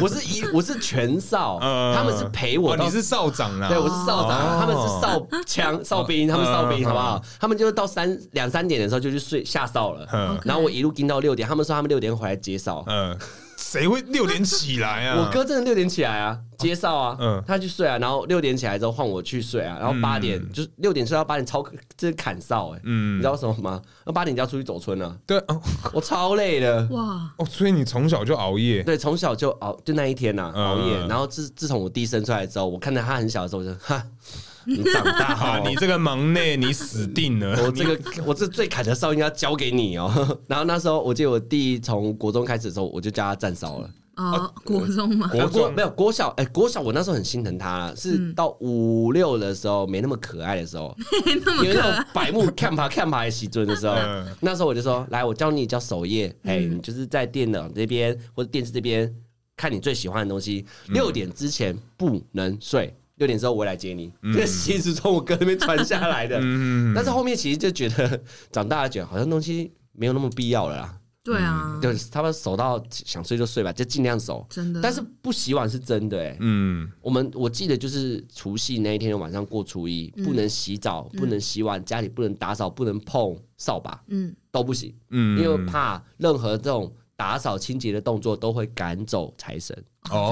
Speaker 1: 我是一我是全 少，
Speaker 2: 呃
Speaker 1: 他们是陪我
Speaker 2: 哦
Speaker 1: 到，
Speaker 2: 你是少长啦
Speaker 1: 对，。嗯我是嗯少
Speaker 2: 哦
Speaker 1: 长，他们是少 枪、哨兵，他们哨兵，好不好？他们就是到三两三点的时候就去睡下哨了，
Speaker 2: 嗯
Speaker 3: OK
Speaker 1: 然后我一路盯到六点，他们说他们六点回来接哨，
Speaker 2: 嗯，谁会六点起来啊？
Speaker 1: 我哥真的六点起来啊，接哨啊，
Speaker 2: 嗯
Speaker 1: 他去睡啊，然后六点起来之后换我去睡啊，然后八点、就是六点睡到八点超，这是砍哨哎、
Speaker 2: 嗯
Speaker 1: 你知道为什么吗？那八点就要出去走村了、啊，
Speaker 2: 对哦
Speaker 1: 我超累 的。
Speaker 3: 哇，
Speaker 2: 哦，所以你从小就熬夜，
Speaker 1: 对，从小就熬，就那一天呐、
Speaker 2: 嗯
Speaker 1: 熬夜。然后自自从我弟生出来之后，我看到他很小的时候，我就哈， 你长大
Speaker 2: 啊
Speaker 1: 哦，，
Speaker 2: 你这个忙内你死定了。
Speaker 1: 我这个我这最砍的哨应该交给你哦。 然后那时候我记得我弟从国中开始的时候，我就叫他站哨了。
Speaker 3: 啊，国中嗯嘛，
Speaker 2: 国中
Speaker 1: 呃没有哦国小，哎、国小我那时候很心疼他啦，是到五六的时候没那么可爱的时候，
Speaker 3: 那么
Speaker 1: 有
Speaker 3: 可
Speaker 1: 那
Speaker 3: 爱
Speaker 1: 种。白目 看爬看爬的习尊的时候
Speaker 2: 嗯，
Speaker 1: 那时候我就说，来，我教你教守夜，
Speaker 3: 嗯
Speaker 1: 哎，你就是在电脑这边或者电视这边看你最喜欢的东西，六点之前不能睡。六点之后我会来接你，这个习是从我哥那边传下来的。
Speaker 2: 嗯
Speaker 1: 但是后面其实就觉得长大了，觉得好像东西没有那么必要了啦。
Speaker 3: 对啊，
Speaker 1: 就是他们守到想睡就睡吧，就尽量守。
Speaker 3: 真的
Speaker 1: 但是不洗碗是真的哎、欸
Speaker 2: 嗯，
Speaker 1: 我们我记得就是除夕那一天晚上过初一，
Speaker 3: 嗯
Speaker 1: 不能洗澡，不能洗碗，家里不能打扫，不能碰扫把，
Speaker 3: 嗯，
Speaker 1: 都不行，
Speaker 2: 嗯
Speaker 1: 因为怕任何这种打扫清洁的动作都会赶走财神。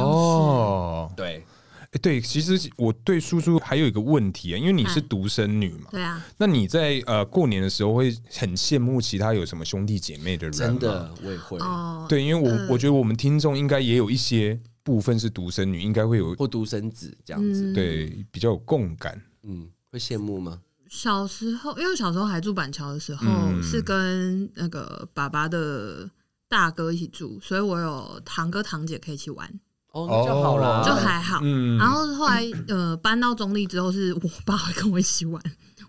Speaker 2: 哦，
Speaker 1: 对，
Speaker 2: 诶对，其实我对叔叔还有一个问题，啊因为你
Speaker 1: 嗯
Speaker 2: 是独生女嘛，
Speaker 3: 对啊，
Speaker 2: 那你在呃过年的时候会很羡慕其他有什么兄弟姐妹的人？
Speaker 1: 真，的嗯我也会，
Speaker 3: 哦，
Speaker 2: 对，因为我、我觉得我们听众应该也有一些部分是独生女，应该会有
Speaker 1: 或独生子这样子，
Speaker 2: 对比较有共感。
Speaker 1: 嗯，会羡慕吗？
Speaker 3: 小时候，因为我小时候还住板桥的时候，
Speaker 2: 嗯
Speaker 3: 是跟那个爸爸的大哥一起住，所以我有堂哥堂姐可以一起玩，
Speaker 1: 哦，那就好啦，
Speaker 2: 哦
Speaker 3: 就还好。
Speaker 2: 嗯
Speaker 1: 啊
Speaker 3: 然后后来呃搬到中立之后，是我爸会跟我一起玩，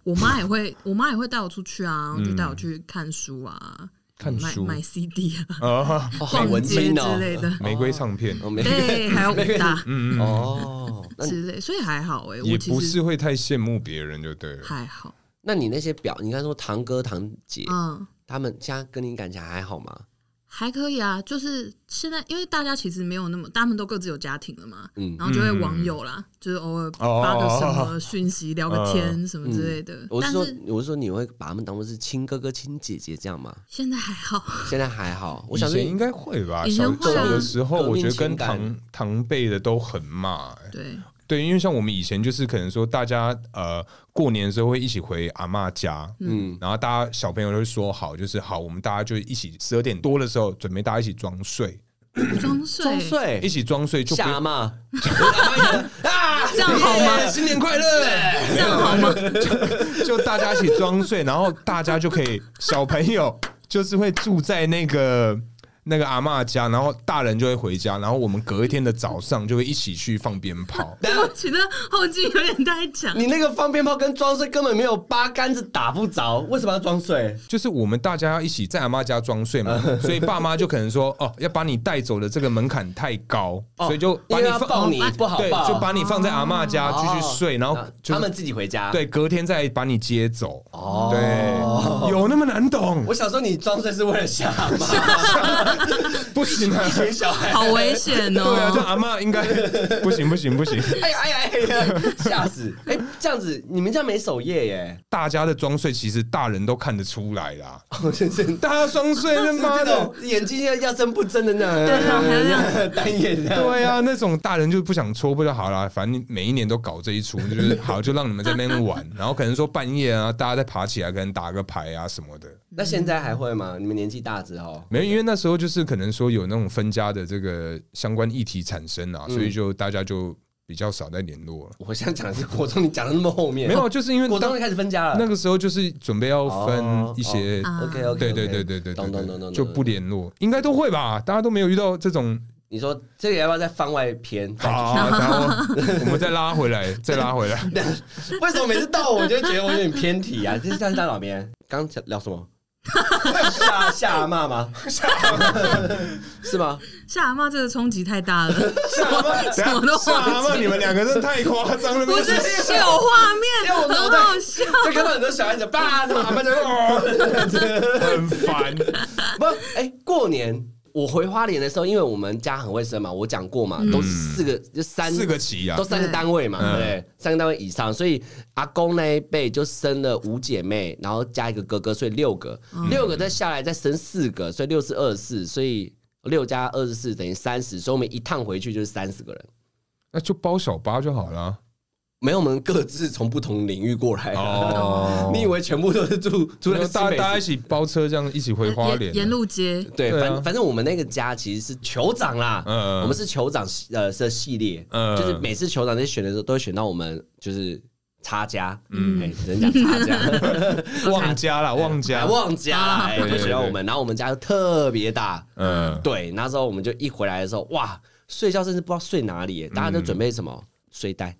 Speaker 3: 我妈 也会，我妈也会带我出去啊，就带我去看书啊，
Speaker 2: 嗯看
Speaker 3: 买
Speaker 2: 书
Speaker 3: 买 CD 啊，
Speaker 2: 啊，
Speaker 1: 哦好
Speaker 3: 逛
Speaker 1: 文
Speaker 3: 街
Speaker 1: 青
Speaker 3: 之
Speaker 1: 哦，
Speaker 3: 类的，
Speaker 2: 玫瑰唱片，
Speaker 1: 哦 没
Speaker 3: 对，还有武打
Speaker 2: 嗯，嗯
Speaker 1: 哦，那你
Speaker 3: 之类，所以还好哎、
Speaker 2: 也
Speaker 3: 我其
Speaker 2: 不
Speaker 3: 实
Speaker 2: 是会太羡慕别人就对了。
Speaker 3: 还好，
Speaker 1: 那你那些表，你刚说堂哥堂姐，
Speaker 3: 嗯。
Speaker 1: 他们现在跟你感情还好吗？
Speaker 3: 还可以啊，就是现在，因为大家其实没有那么，他们都各自有家庭了嘛，
Speaker 1: 嗯
Speaker 3: 然后就会网友啦，就是偶尔发个什么讯息、聊个天什么之类的。
Speaker 1: 哦我
Speaker 3: 嗯但
Speaker 1: 是说
Speaker 3: 是，
Speaker 1: 我是说，你会把他们当做是亲哥哥、亲姐姐这样吗？
Speaker 3: 现在还好，
Speaker 1: 现在还好，我
Speaker 2: 我
Speaker 1: 想
Speaker 2: 想
Speaker 1: 说
Speaker 2: 应该会吧，
Speaker 3: 以
Speaker 2: 小
Speaker 3: 前会啊
Speaker 2: 小的时候，
Speaker 1: 革命
Speaker 2: 我觉得跟
Speaker 1: 情感
Speaker 2: 堂堂辈的都很骂、欸
Speaker 3: 对，
Speaker 2: 对，因为像我们以前就是可能说大家呃过年的时候会一起回阿嬷家，嗯，然后大家小朋友都会说好，就是好，我们大家就一起十二点多的时候准备大家一起装睡。
Speaker 3: 装 睡，
Speaker 1: 装睡
Speaker 2: 一起装睡就不
Speaker 1: 吓嘛啊，
Speaker 3: 这样好吗
Speaker 1: 耶新年快乐！
Speaker 3: 这样好吗？
Speaker 2: 就大家一起装睡，然后大家就可以小朋友就是会住在那个那个阿嬷家，然后大人就会回家，然后我们隔一天的早上就会一起去放鞭炮。
Speaker 3: 我觉得后劲有点太 强。
Speaker 1: 你那个放鞭炮跟装睡根本没有八竿子打不着，为什么要装睡？
Speaker 2: 就是我们大家要一起在阿妈家装睡嘛，
Speaker 1: 嗯
Speaker 2: 所以爸妈就可能说哦，要把你带走的这个门槛太高，
Speaker 1: 哦
Speaker 2: 所以就
Speaker 1: 因
Speaker 2: 把
Speaker 1: 为
Speaker 2: 你
Speaker 1: 要
Speaker 2: 放哦
Speaker 1: 抱你不好
Speaker 2: 对，
Speaker 1: 抱，
Speaker 2: 就把你放在阿嬷家继续睡，然后
Speaker 1: 啊
Speaker 2: 就
Speaker 1: 他们自己回家。，
Speaker 2: 对隔天再把你接走。
Speaker 1: 哦
Speaker 2: 对，有那么难懂？
Speaker 1: 我小时候你装睡是为了吓嘛，
Speaker 2: 不行啊！
Speaker 1: 给小孩。
Speaker 3: 好危险
Speaker 2: 对啊，就
Speaker 3: 哦！
Speaker 2: 阿嬷应该不行不行不行，
Speaker 1: 哎呀哎呀哎呀，吓死！哎、这样子你们家没守夜耶？
Speaker 2: 大家的装睡其实大人都看得出来啦，
Speaker 1: 哦，真是
Speaker 2: 大家装睡他妈
Speaker 1: 这
Speaker 2: 的
Speaker 1: 种。眼睛要要睁不睁的呢？
Speaker 3: 对啊还有这 样
Speaker 1: 单眼这样。
Speaker 2: 对啊，那种大人就不想戳破就好啦，反正每一年都搞这一出，就是好就让你们在那边玩，然后可能说半夜啊，大家再爬起来，可能打个牌啊什么的。
Speaker 1: 那现在还会吗？你们年纪大之后，
Speaker 2: 没有，因为那时候就是可能说有那种分家的这个相关议题产生
Speaker 1: 嗯
Speaker 2: 啊，所以就大家就比较少在联 络了。
Speaker 1: 我现在讲的是国中，你讲的那么后面，
Speaker 2: 没有，啊就是因为
Speaker 1: 国中
Speaker 2: 当
Speaker 1: 就开始分家了。
Speaker 2: 那个时候就是准备要分一些
Speaker 3: 哦
Speaker 1: OK OK，
Speaker 2: 对对对对对对，
Speaker 1: 懂懂懂懂，
Speaker 2: 就不
Speaker 1: 理。
Speaker 2: 联络，应该都会吧？大家都没有遇到 这种。
Speaker 1: 你说这个要不要再番外篇？
Speaker 2: 好，然后 我们再拉回来，再拉回来。
Speaker 1: 为什么每次到我就觉得我有点偏题啊？这是像大老棉，刚刚聊什 么？下下骂吗？ 是吗？
Speaker 3: 夏阿妈这个冲击太大 了，
Speaker 2: 是 啊，
Speaker 3: 什么都
Speaker 2: 是啊，
Speaker 3: 忘
Speaker 2: 那
Speaker 3: 记
Speaker 2: 你们两个真的太夸张了，
Speaker 3: 不是是有画
Speaker 1: 因
Speaker 3: 面，
Speaker 1: 为我脑
Speaker 3: 很
Speaker 1: 袋
Speaker 3: 好笑。
Speaker 1: 就看到很多小孩子爸爸妈妈在
Speaker 2: 很烦。
Speaker 1: 不，哎、过年我回花莲的时候，因为我们家很会生嘛，我讲过嘛，都是四个就三
Speaker 2: 嗯四个旗啊
Speaker 1: 都，三个单位嘛，
Speaker 2: 嗯
Speaker 1: 对不对？三个单位以上，所以阿公那一辈就生了五姐妹，然后加一个哥哥，所以六个，
Speaker 2: 嗯
Speaker 1: 六个再下来再生四个，所以六是二十四，所以六加二十四等于三十，所以我们一趟回去就是三十个人。
Speaker 2: 那就包小巴就好了。
Speaker 1: 没有，我们各自从不同领域过来、啊
Speaker 2: 哦
Speaker 1: 你以为全部都是住住
Speaker 2: 除
Speaker 1: 在
Speaker 2: 了
Speaker 1: 新
Speaker 2: 大
Speaker 1: 北市
Speaker 2: 大家一起包车这样一起回花莲
Speaker 3: 沿，沿路街，
Speaker 1: 对，
Speaker 2: 对啊
Speaker 1: 反反正我们那个家其实是酋长啦，
Speaker 2: 嗯嗯
Speaker 1: 我们是酋长系呃的系列，
Speaker 2: 嗯
Speaker 1: 就是每次酋长在选的时候，都会选到我们就是差家，嗯，只能讲差家，
Speaker 2: 旺家啦，旺
Speaker 1: 哎
Speaker 2: 家，啊
Speaker 1: 忘家啦，哎
Speaker 2: 对
Speaker 1: 就
Speaker 2: 对
Speaker 1: 选到我们，然后我们家又特别大，
Speaker 2: 嗯，
Speaker 1: 对，那时候我们就一回来的时候，哇，睡觉甚至不知道睡哪里耶，
Speaker 2: 嗯
Speaker 1: 大家都准备什么睡袋。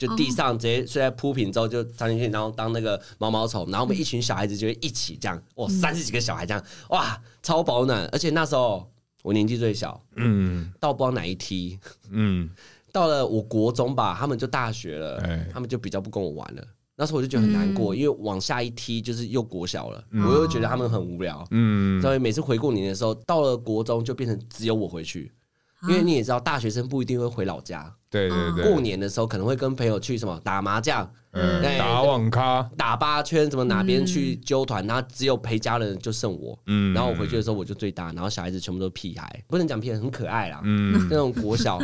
Speaker 1: 就地上直接睡在铺平之后就藏进去，然后当那个毛毛虫，然后我们一群小孩子就会一起这样，
Speaker 2: 嗯
Speaker 1: 哇，三十几个小孩这样，哇，超保暖。而且那时候我年纪最小，
Speaker 2: 嗯
Speaker 1: 到不知道哪一梯，
Speaker 2: 嗯，
Speaker 1: 到了我国中吧，他们就大学了，
Speaker 2: 哎
Speaker 1: 他们就比较不跟我玩了。那时候我就觉得很难过，因为往下一梯就是又国小了，我又觉得他们很无聊。
Speaker 2: 嗯，
Speaker 1: 所以每次回过年的时候，到了国中就变成只有我回去，因为你也知道，大学生不一定会回老家。
Speaker 2: 对对对，
Speaker 1: 过年的时候可能会跟朋友去什么打麻将、
Speaker 2: 嗯
Speaker 1: 哎
Speaker 2: 打网咖，
Speaker 1: 打八圈，怎么哪边去揪团，然后只有陪家人就剩我。
Speaker 2: 嗯，
Speaker 1: 然后我回去的时候我就最大，然后小孩子全部都是屁孩，不能讲屁孩，很可爱啦。
Speaker 2: 嗯，
Speaker 1: 那种国小，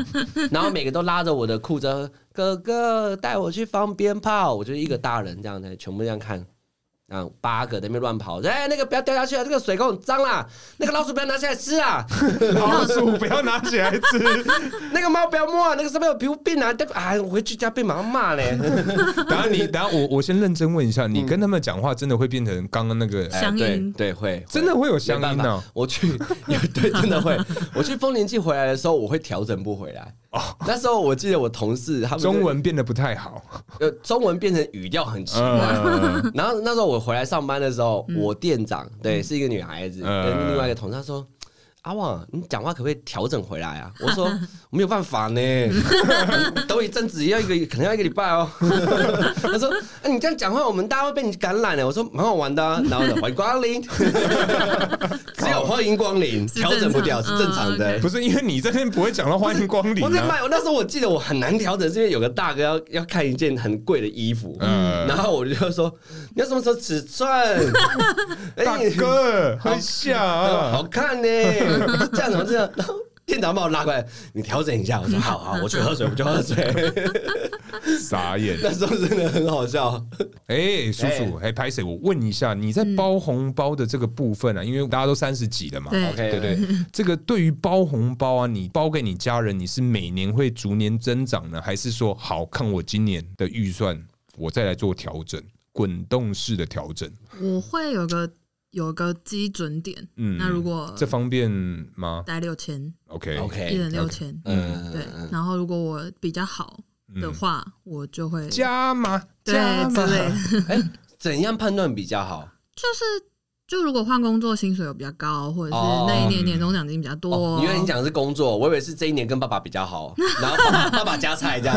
Speaker 1: 然后每个都拉着我的裤子，哥哥带我去放鞭炮，我就一个大人这样子，全部这样看，然后八个在那边乱跑，哎、那个不要掉下去啊，这个水沟很脏啦，那个老鼠不要拿下来吃啊，
Speaker 2: 老鼠不要拿起来 吃，
Speaker 1: 那个猫不要摸啊，那个是不是有皮肤病啊？哎，我回去家被妈妈骂嘞，
Speaker 2: 等下你，等下我我先认真问一
Speaker 1: 嗯
Speaker 2: 下，你跟他们讲话真的会变成刚刚那个？
Speaker 3: 乡音
Speaker 1: 哎对对会，
Speaker 2: 真的会有乡
Speaker 1: 没办
Speaker 2: 音
Speaker 1: 法
Speaker 2: 哦，
Speaker 1: 我去，有对，真的会。我去丰年祭回来的时候，我会调整不回来。那时候我记得我同事他们就
Speaker 2: 哦中文变得不太好。
Speaker 1: 呃中文变成语调很奇怪，
Speaker 2: 嗯
Speaker 1: 然后那时候我回来上班的时候，
Speaker 3: 嗯
Speaker 1: 我店长对是一个女孩子，
Speaker 2: 嗯
Speaker 1: 跟另外一个同事她说。阿旺，你讲话可不可以调整回来啊？我 说我没有办法呢，等我一阵子要一个，可能要一个礼拜 哦。 他说、啊你这样讲话，我们大家会被你感染的。我说蛮好玩的、啊，然后呢，欢迎光临， 只有欢迎光临，
Speaker 3: 是正常
Speaker 1: 调整不掉是正常的。
Speaker 3: 嗯
Speaker 2: 不是因为你这边不会讲到欢迎光临
Speaker 1: 我在
Speaker 2: 啊，
Speaker 1: 卖，我那时候我记得我很难调整，是因为有个大哥要要看一件很贵的衣服，
Speaker 2: 嗯
Speaker 1: 然后我就说你要什么时候尺 寸？哎
Speaker 2: 大哥，
Speaker 1: 好
Speaker 2: 很像
Speaker 1: 他说好
Speaker 2: 啊，
Speaker 1: 看呢、这样怎么这 样？然后店长把我拉过来，你调整一下。我说好好，我去喝水，我去喝水。
Speaker 2: 傻眼。
Speaker 1: 那时候真的很好笑。
Speaker 2: 哎、叔叔，哎、拍谁？我问一下，你在包红包的这个部分啊，因为大家都三十几了嘛，
Speaker 3: 对
Speaker 1: OK，
Speaker 2: 对对，这个对于包红包啊，你包给你家人，你是每年会逐年增长呢，还是说好看我今年的预算，我再来做调整，滚动式的调整？
Speaker 3: 我会有个有个基准点，
Speaker 2: 嗯
Speaker 3: 那如果
Speaker 2: 这哎方便吗
Speaker 3: 待六千，
Speaker 2: ？OK
Speaker 1: OK
Speaker 3: 一人六千，
Speaker 1: 嗯，
Speaker 3: 对，然后如果我比较好的话，
Speaker 2: 嗯
Speaker 3: 我就会
Speaker 2: 加码加
Speaker 3: 对之
Speaker 2: 码，
Speaker 3: 类的，
Speaker 1: 哎、怎样判断比较好？
Speaker 3: 就是。就如果换工作，薪水有比较高，或者是
Speaker 1: 哦
Speaker 3: 那一年年终奖金比较
Speaker 1: 哦
Speaker 3: 多，，
Speaker 1: 因为你讲的是工作，我以为是这一年跟爸爸比较好，然后爸爸爸爸加菜这样，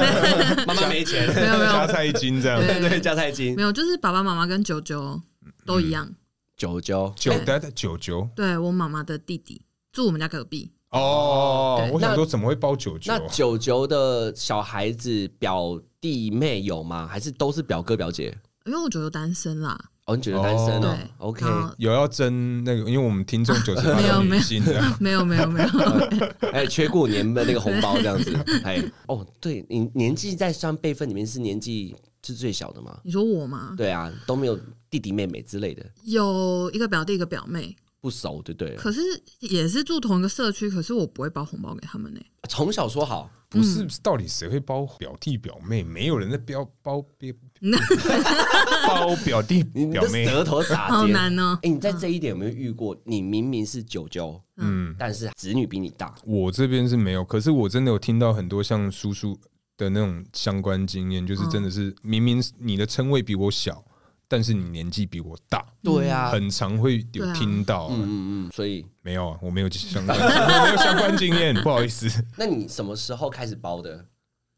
Speaker 1: 妈妈没钱，
Speaker 3: 没有没
Speaker 2: 加
Speaker 3: 有
Speaker 2: 菜一斤这样。
Speaker 3: 对
Speaker 1: 对，加菜金
Speaker 3: 没有，就是爸爸妈妈跟九九都一样。
Speaker 1: 嗯九九。
Speaker 2: 九的九九
Speaker 3: 对我妈妈的弟弟住我们家隔壁，
Speaker 2: 哦
Speaker 3: 对，
Speaker 2: 我想
Speaker 1: 那
Speaker 2: 说怎么会包九九
Speaker 1: 那？九九的小孩子表弟妹有吗？还是都是表哥表姐？
Speaker 3: 因为我九九单身啦，
Speaker 1: 哦，你九九单身哦
Speaker 3: 对
Speaker 1: ，OK，
Speaker 3: 然后
Speaker 2: 有要争那个，因为我们听众九十八
Speaker 3: 没有
Speaker 2: 的
Speaker 3: 没
Speaker 2: 女
Speaker 3: 有嗯
Speaker 2: 性这样，
Speaker 3: 没有没有没有，
Speaker 1: 哎，缺过年的那个红包这 样子，哎，哦，对你年纪在算辈分里面是年纪是最小的吗？
Speaker 3: 你说我吗？
Speaker 1: 对啊，都没有弟弟妹妹之类的，
Speaker 3: 有一个表弟一个表妹，
Speaker 1: 不熟就对了。
Speaker 3: 可是也是住同一个社区，可是我不会包红包给他们呢、
Speaker 1: 从小说好，
Speaker 2: 不是到底谁会包表弟表妹？没有人在标包 别 包表弟
Speaker 1: 你
Speaker 2: 表
Speaker 1: 的
Speaker 2: 妹。
Speaker 1: 舌头打结，
Speaker 3: 好难哦、
Speaker 1: 哎、你在这一点有没有遇过？你明明是九九，
Speaker 2: 嗯，
Speaker 1: 但是子女比你大，
Speaker 3: 嗯
Speaker 2: 我这边是没有，可是我真的有听到很多像叔叔的那种相关经验，
Speaker 3: 嗯
Speaker 2: 就是真的是明明你的称谓比我小，但是你年纪比我大，
Speaker 1: 对啊，
Speaker 2: 很常会
Speaker 3: 对
Speaker 2: 有
Speaker 3: 啊
Speaker 2: 听到啊。
Speaker 1: 嗯嗯嗯，所以，
Speaker 2: 没有啊，我没有相关，我没有相关经验，不好意思。
Speaker 1: 那你什么时候开始包的？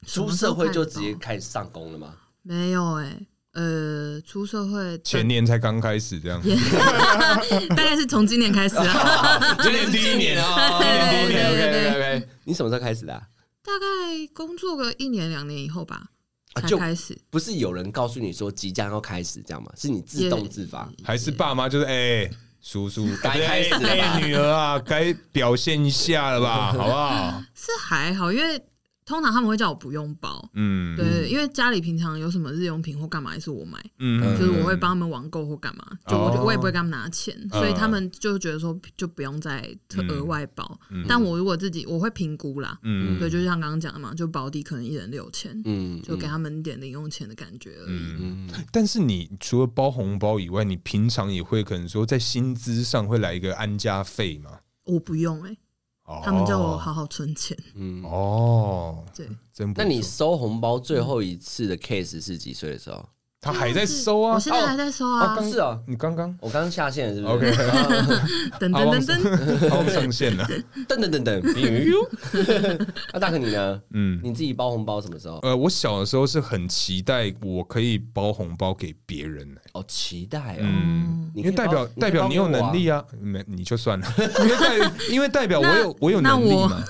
Speaker 3: 什
Speaker 1: 出
Speaker 3: 么时
Speaker 1: 社
Speaker 3: 候
Speaker 1: 会就
Speaker 3: 开始
Speaker 1: 直
Speaker 3: 包
Speaker 1: 接开始上工了吗？
Speaker 3: 没有哎、呃，出社会
Speaker 2: 前年才刚开始这样，
Speaker 3: 大概是从今年开始啊，
Speaker 1: 今年第一年
Speaker 2: 哦
Speaker 1: 啊
Speaker 3: 对
Speaker 1: ，OK
Speaker 3: 对对
Speaker 1: OK
Speaker 3: 对
Speaker 1: OK OK，你什么时候开始的啊、
Speaker 3: 大概工作个一年两年以后吧，
Speaker 1: 啊
Speaker 3: 才
Speaker 1: 就
Speaker 3: 开始。
Speaker 1: 不是有人告诉你说即将要开始这样吗？是你自动自发，
Speaker 2: 还是爸妈就是哎、叔叔
Speaker 1: 该开始了吧
Speaker 2: 哎哎女儿啊，该表现一下了吧，好不好？
Speaker 3: 是还好，因为通常他们会叫我不用包，
Speaker 2: 嗯，
Speaker 3: 对，因为家里平常有什么日用品或干嘛也是我买，
Speaker 2: 嗯哦
Speaker 3: 就是我会帮他们网购或干嘛，就我就我也不会跟他们拿钱，所以他
Speaker 2: 嗯
Speaker 3: 们就觉得说就不用再特额外包。但我如果自己我会评估啦，
Speaker 2: 嗯
Speaker 3: 对，就像刚刚讲的嘛，就保底可能一人六千，
Speaker 1: 嗯，
Speaker 3: 就给他们一点零用钱的感觉而
Speaker 2: 嗯
Speaker 3: 已。
Speaker 2: 但是你除了包红包以外，你平常也会可能说在薪资上会来一个安家费嘛？
Speaker 3: 我不用哎、
Speaker 2: 哦
Speaker 3: 他们叫我好好存钱。
Speaker 2: 哦，
Speaker 3: 对，
Speaker 2: 真不
Speaker 1: 那
Speaker 2: 错。
Speaker 1: 你收红包最后一次的 case 是几岁的时候？
Speaker 2: 他还在收啊
Speaker 3: 我？现在还在收啊，
Speaker 1: 是哦，
Speaker 2: 你刚刚
Speaker 1: 我刚刚下线是不是
Speaker 2: OK
Speaker 3: 等等等等，
Speaker 2: 他忘上线了，
Speaker 1: 噔噔噔 噔，哔 那大哥你呢？
Speaker 2: 嗯。
Speaker 1: 你自己包红包什么时候？
Speaker 2: 呃，我小的时候是很期待我可以包红包给别人的、
Speaker 1: 哦，期待哦，
Speaker 2: 嗯，
Speaker 1: 你可
Speaker 2: 因
Speaker 1: 以
Speaker 2: 为代表
Speaker 1: 包
Speaker 2: 代表你有能力
Speaker 1: 啊，
Speaker 2: 啊，没你就算了，因为代因为代表我有我有
Speaker 3: 那
Speaker 2: 能力
Speaker 3: 我
Speaker 2: 嘛，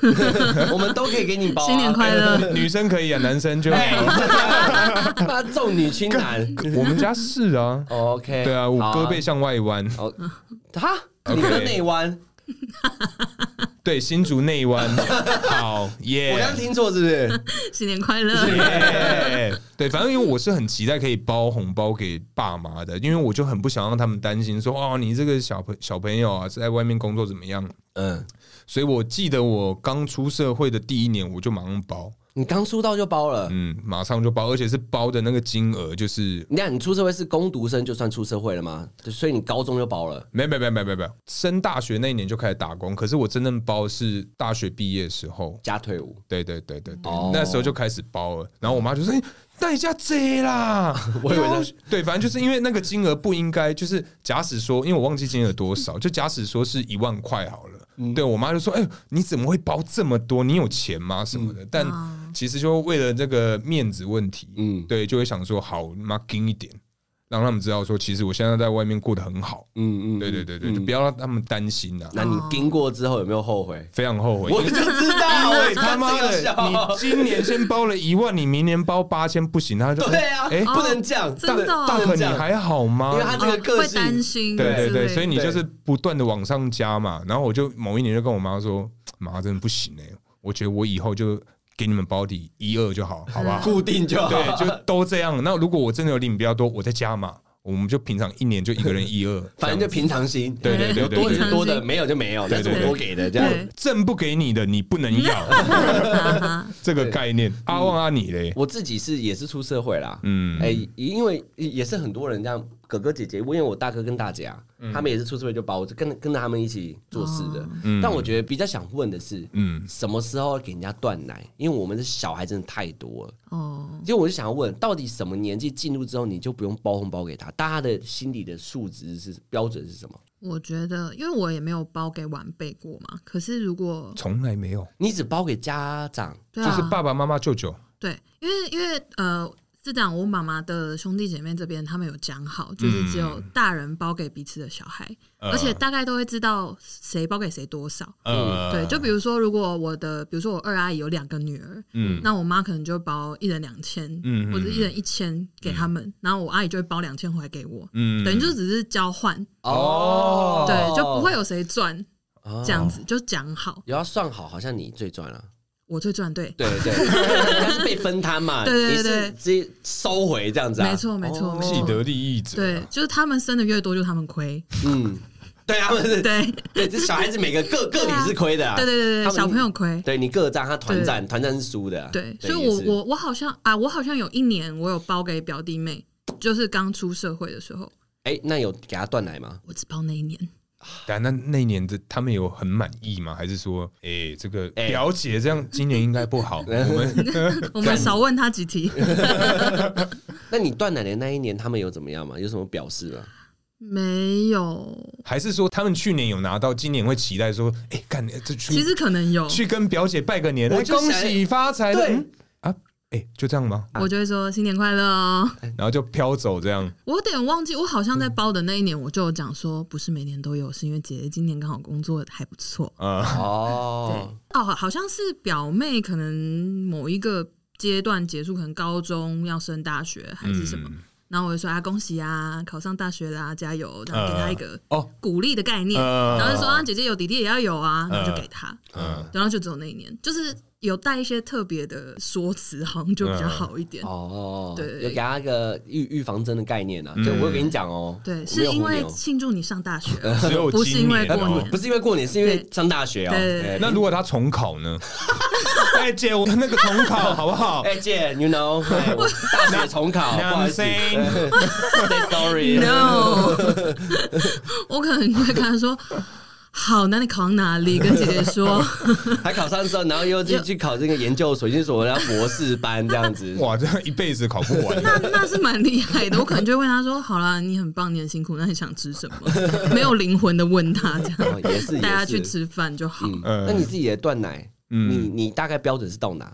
Speaker 1: 我们都可以给你包啊。
Speaker 3: 新年 快乐。
Speaker 2: 女生可以啊，男生 就
Speaker 1: 哎！妈重女轻男。
Speaker 2: 我们家是啊，
Speaker 1: OK，
Speaker 2: 对啊，我
Speaker 1: 好
Speaker 2: 胳膊向外弯，
Speaker 1: 哦，哈，
Speaker 2: OK
Speaker 1: 你说内弯，
Speaker 2: 对，新竹内湾，好耶
Speaker 1: 我刚听错是不是？
Speaker 3: 新年快乐！
Speaker 2: 耶！ 对，反正因为我是很期待可以包红包给爸妈的，因为我就很不想让他们担心说哦，你这个小朋小朋友啊，在外面工作怎么样？
Speaker 1: 嗯，
Speaker 2: 所以我记得我刚出社会的第一年，我就马上包，
Speaker 1: 你刚出道就包了。
Speaker 2: 嗯，马上就包，而且是包的那个金额就是。
Speaker 1: 你看，你出社会是工读生就算出社会了吗？就所以你高中就包了。
Speaker 2: 没没没没没没，升大学那一年就开始打工，可是我真正包是大学毕业的时候，
Speaker 1: 加退伍，
Speaker 2: 对对对对对，
Speaker 1: 哦
Speaker 2: 那时候就开始包了。然后我妈 就说：“哎代价贼啦！”
Speaker 1: 我以为
Speaker 2: 然后
Speaker 1: 那
Speaker 2: 对，反正就是因为那个金额不应该，就是假使说，因为我忘记金额 多少，就假使说是一万块好了。
Speaker 1: 嗯
Speaker 2: 对我妈就说：“哎、你怎么会包这么多？你有钱吗？什么的？”但其实就为了这个面子问题，
Speaker 1: 啊嗯
Speaker 2: 嗯，对，就会想说：“好，妈盯一点，让他们知道说，其实我现在在外面过得很好。
Speaker 1: 嗯嗯，
Speaker 2: 对对对对，就不要让他们担心啦、
Speaker 1: 那你经过之后有没有后悔？
Speaker 2: 非常后悔，
Speaker 1: 我就知道，
Speaker 2: 哦
Speaker 1: 啊
Speaker 2: 因
Speaker 1: 我
Speaker 2: 为他妈的，你今年先包了一万，你明年包八千不行，他就
Speaker 1: 对啊，
Speaker 2: 哎，
Speaker 1: 不能这样，
Speaker 2: 大
Speaker 3: 真的哦
Speaker 2: 大可
Speaker 1: 这
Speaker 2: 你
Speaker 1: 样
Speaker 2: 还好吗
Speaker 1: 因为？他这个个
Speaker 3: 哦会担
Speaker 1: 性，
Speaker 3: 心，
Speaker 2: 对对对，
Speaker 3: 之类的
Speaker 2: 所以你就是不断的往欸上加嘛。然后我就某一年就跟我妈说，妈真的不行哎，我觉得我以后就。给你们保底一二就好，好吧？
Speaker 1: 固定就好。
Speaker 2: 对，就都这样。那如果我真的有领比较多，我再加码，我们就平常一年就一个人一二，
Speaker 1: 反正就平常心，
Speaker 2: 对对对对
Speaker 1: 多
Speaker 2: 对
Speaker 1: 就
Speaker 3: 对
Speaker 1: 多的，没有就没有，
Speaker 2: 对
Speaker 1: 那
Speaker 2: 对
Speaker 1: 是
Speaker 2: 对
Speaker 1: 我多给的这样。
Speaker 3: 对
Speaker 2: 挣不给你的你不能 要，这个概念。阿旺阿你嘞，
Speaker 1: 我自己是也是出社会啦，
Speaker 2: 嗯
Speaker 1: 嗯，哎、因为也是很多人这样，哥哥姐姐，因为我大哥跟大姐啊，
Speaker 2: 嗯
Speaker 1: 他们也是出社会就把我就跟跟着他们一起做事
Speaker 3: 哦
Speaker 1: 的。但我觉得比较想问的是，
Speaker 2: 嗯
Speaker 1: 嗯，什么时候给人家断奶？因为我们的小孩真的太多了。
Speaker 3: 哦，
Speaker 1: 其实我就想要问，到底什么年纪进入之后你就不用包红包给他？大家的心理的数值是标准是什么？
Speaker 3: 我觉得，因为我也没有包给晚辈过嘛。可是如果
Speaker 2: 从来没有，
Speaker 1: 你只包给家长，
Speaker 3: 对
Speaker 2: 就是
Speaker 3: 啊，
Speaker 2: 爸爸妈妈、舅舅，
Speaker 3: 对，因为因为呃。是这样，我妈妈的兄弟姐妹这边，他们有讲好，
Speaker 2: 嗯
Speaker 3: 就是只有大人包给彼此的小孩，而且大概都会知道谁包给谁多少。
Speaker 1: 嗯
Speaker 2: 呃，
Speaker 3: 对，就比如说，如果我的，比如说我二阿姨有两个女儿，
Speaker 2: 嗯
Speaker 3: 那我妈可能就包一人两千，
Speaker 2: 嗯
Speaker 3: 或者一人一千给他们，然后我阿姨就会包两千回来给我，
Speaker 2: 嗯
Speaker 3: 等于就只是交换，
Speaker 1: 哦，
Speaker 3: 对，就不会有谁赚
Speaker 1: 哦
Speaker 3: 这样子，就讲好
Speaker 1: 也要算好，好像你最赚了、
Speaker 3: 我最赚，对，
Speaker 1: 对对， 人家是被分摊嘛，
Speaker 3: 对对
Speaker 1: 你
Speaker 3: 对
Speaker 1: 是直接收回这样子啊，
Speaker 3: 没错没错
Speaker 1: 哦
Speaker 3: 没
Speaker 2: 既
Speaker 3: 错
Speaker 2: 得利益者，
Speaker 3: 对，就是他们生的越多，就他 们亏，
Speaker 1: 嗯，对啊，他们是，
Speaker 3: 对，
Speaker 1: 对，这小孩子每个个个体
Speaker 3: 啊
Speaker 1: 是亏的啊，
Speaker 3: 对对对
Speaker 1: 他们
Speaker 3: 对，小朋友亏。
Speaker 1: 对你各占，他团战，团战是输的啊，
Speaker 3: 对，所以
Speaker 1: 也
Speaker 3: 我
Speaker 1: 是
Speaker 3: 我我好像啊，我好像有一年我有包给表弟妹，就是刚出社会的时候，
Speaker 1: 哎，那有给他断奶吗？
Speaker 3: 我只包那一 年。
Speaker 2: 啊但那那一年的他们有很满意吗？还是说，哎、这个
Speaker 1: 哎
Speaker 2: 表姐这样今年应该不 好，我们
Speaker 3: 我们少问他几题，
Speaker 1: 那你断奶的那一年，他们有怎么样吗？有什么表示吗？
Speaker 3: 没有，
Speaker 2: 还是说他们去年有拿到，今年会期待说，哎、干这去
Speaker 3: 其实可能有，
Speaker 2: 去跟表姐拜个年，
Speaker 1: 我
Speaker 2: 哎
Speaker 1: 就
Speaker 2: 恭
Speaker 1: 想
Speaker 2: 喜发财
Speaker 1: 对
Speaker 2: 嗯啊，哎、就这样吗？
Speaker 1: 啊
Speaker 3: 我就会说新年快乐哦。
Speaker 1: 哎
Speaker 2: 然后就飘走这样，
Speaker 3: 我有点忘记，我好像在
Speaker 1: 嗯
Speaker 3: 包的那一年，我就有讲说，不是每年都有，是因为姐姐今年刚好工作还不错。
Speaker 2: 啊、
Speaker 1: 哦，
Speaker 3: 哦，好像是表妹可能某一个阶段结束，可能高中要升大学还是什么，然后我就说啊，恭喜啊，考上大学啦，加油，然后给她一个
Speaker 2: 哦
Speaker 3: 鼓励的概念，
Speaker 2: 呃
Speaker 3: 然后就说啊，姐姐有弟弟也要有啊，然后就给她，
Speaker 2: 嗯
Speaker 3: 然后就只有那一年，就是有带一些特别的说辞，好像就比较好一点。
Speaker 1: 哦，
Speaker 3: 对
Speaker 1: 有给他一个预预防针的概念啊，就我有跟你讲哦，
Speaker 3: 嗯对，
Speaker 1: 我
Speaker 3: 是
Speaker 1: 没有
Speaker 3: 因
Speaker 1: 忽略
Speaker 3: 为
Speaker 1: 哦
Speaker 3: 庆祝你上大学，
Speaker 2: 只有
Speaker 3: 不是
Speaker 2: 今
Speaker 3: 因为
Speaker 2: 年
Speaker 3: 过
Speaker 2: 哦
Speaker 3: 年
Speaker 1: 不是因为过年，是因为
Speaker 3: 对
Speaker 1: 上大学哦。
Speaker 3: 对对对
Speaker 1: 哎
Speaker 2: 那如果他重 考呢？哎、姐，我那个重考好不好？
Speaker 1: 哎、姐，you know，哎我大学重考，不哎好意思
Speaker 2: Nothing
Speaker 1: ，say sorry。
Speaker 3: No，我可能就会跟他说：“好，那你考上哪里？”跟姐姐说，
Speaker 1: 还考上之后，然后又去去考这个研究所，研究所要博士班这样子。
Speaker 2: 哇，这样一辈子考不完。
Speaker 3: 那那是蛮厉害的。我可能就会问他说：“好啦，你很棒，你很辛苦，那你想吃什么？” 没有灵魂的问他，这样
Speaker 1: 哦也是
Speaker 3: 带他
Speaker 1: 也
Speaker 3: 去
Speaker 1: 是。
Speaker 3: 吃饭 就好。
Speaker 2: 嗯
Speaker 1: 那你自己的断奶，
Speaker 2: 嗯
Speaker 1: 你你大概标准是到哪？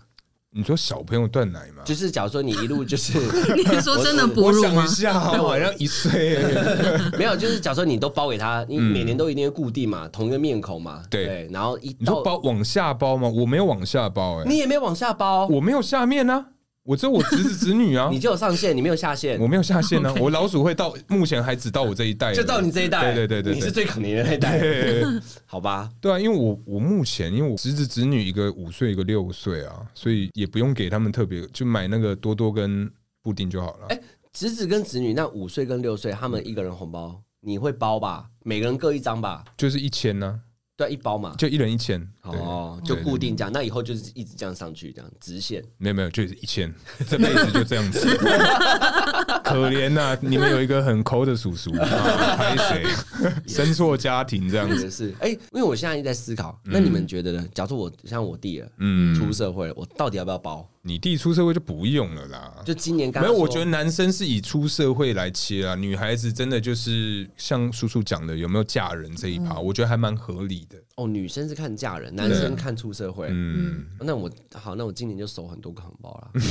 Speaker 2: 你说小朋友断奶吗？
Speaker 1: 就是假如说你一路就是
Speaker 3: 你是说真的哺
Speaker 2: 我
Speaker 3: 乳
Speaker 2: 想
Speaker 3: 吗
Speaker 2: 一？下哦，
Speaker 1: 啊
Speaker 2: 我好像一岁 而已。
Speaker 1: 没有，就是假如说你都包给他，你每年都一定会固定嘛，同一个面孔嘛，
Speaker 2: 嗯对
Speaker 1: 对，然后一
Speaker 2: 你说
Speaker 1: 到
Speaker 2: 包往下包吗？我没有往下包、哎，
Speaker 1: 你也没有往下包，，
Speaker 2: 我没有下面啊，我只有我侄子侄女啊
Speaker 1: 你就有上限，你没有下限
Speaker 2: 我，没有下 线啊，我老鼠会到目前还只到我这一代而已，
Speaker 1: 就到你这一代，
Speaker 2: 对对对对
Speaker 1: 你
Speaker 2: 对
Speaker 1: 是最可怜的那一代，
Speaker 2: 对
Speaker 1: 好吧？
Speaker 2: 对啊，因为我我目前因为我侄子侄女一个五岁一个六岁啊，所以也不用给他们特别，就买那个多多跟布丁就好了。
Speaker 1: 哎，侄子跟侄女，那五岁跟六岁，他们一个人红包，你会包吧？每个人各一张吧？
Speaker 2: 就是一千呢、
Speaker 1: 对，一包嘛
Speaker 2: 啊，。就一人一千。对
Speaker 1: 哦，就
Speaker 2: 对嗯
Speaker 1: 固定这样，那以后就是一直这样上去，这样直线。
Speaker 2: 没有没有，就是一千， 这辈子就这样 子，可怜呐、你们有一个很抠的叔叔，啊拍 谁、生错家庭这样子。
Speaker 1: 也是，哎、因为我现在一直在思考，那你们觉得呢？假如我像我弟了，
Speaker 2: 嗯
Speaker 1: 嗯，出社会了，我到底要不要包？
Speaker 2: 你弟出社会就不用了啦。
Speaker 1: 就今年刚
Speaker 2: 没有，
Speaker 1: 刚
Speaker 2: 我
Speaker 1: 说
Speaker 2: 觉得男生是以出社会来切啊，女孩子真的就是像叔叔讲的，有没有嫁人这一趴，
Speaker 1: 嗯
Speaker 2: 我觉得还蛮合理的。
Speaker 1: 哦，女生是看嫁人，男生看出社会。
Speaker 2: 嗯，
Speaker 1: 那我好，那我今年就收很多个红包 了。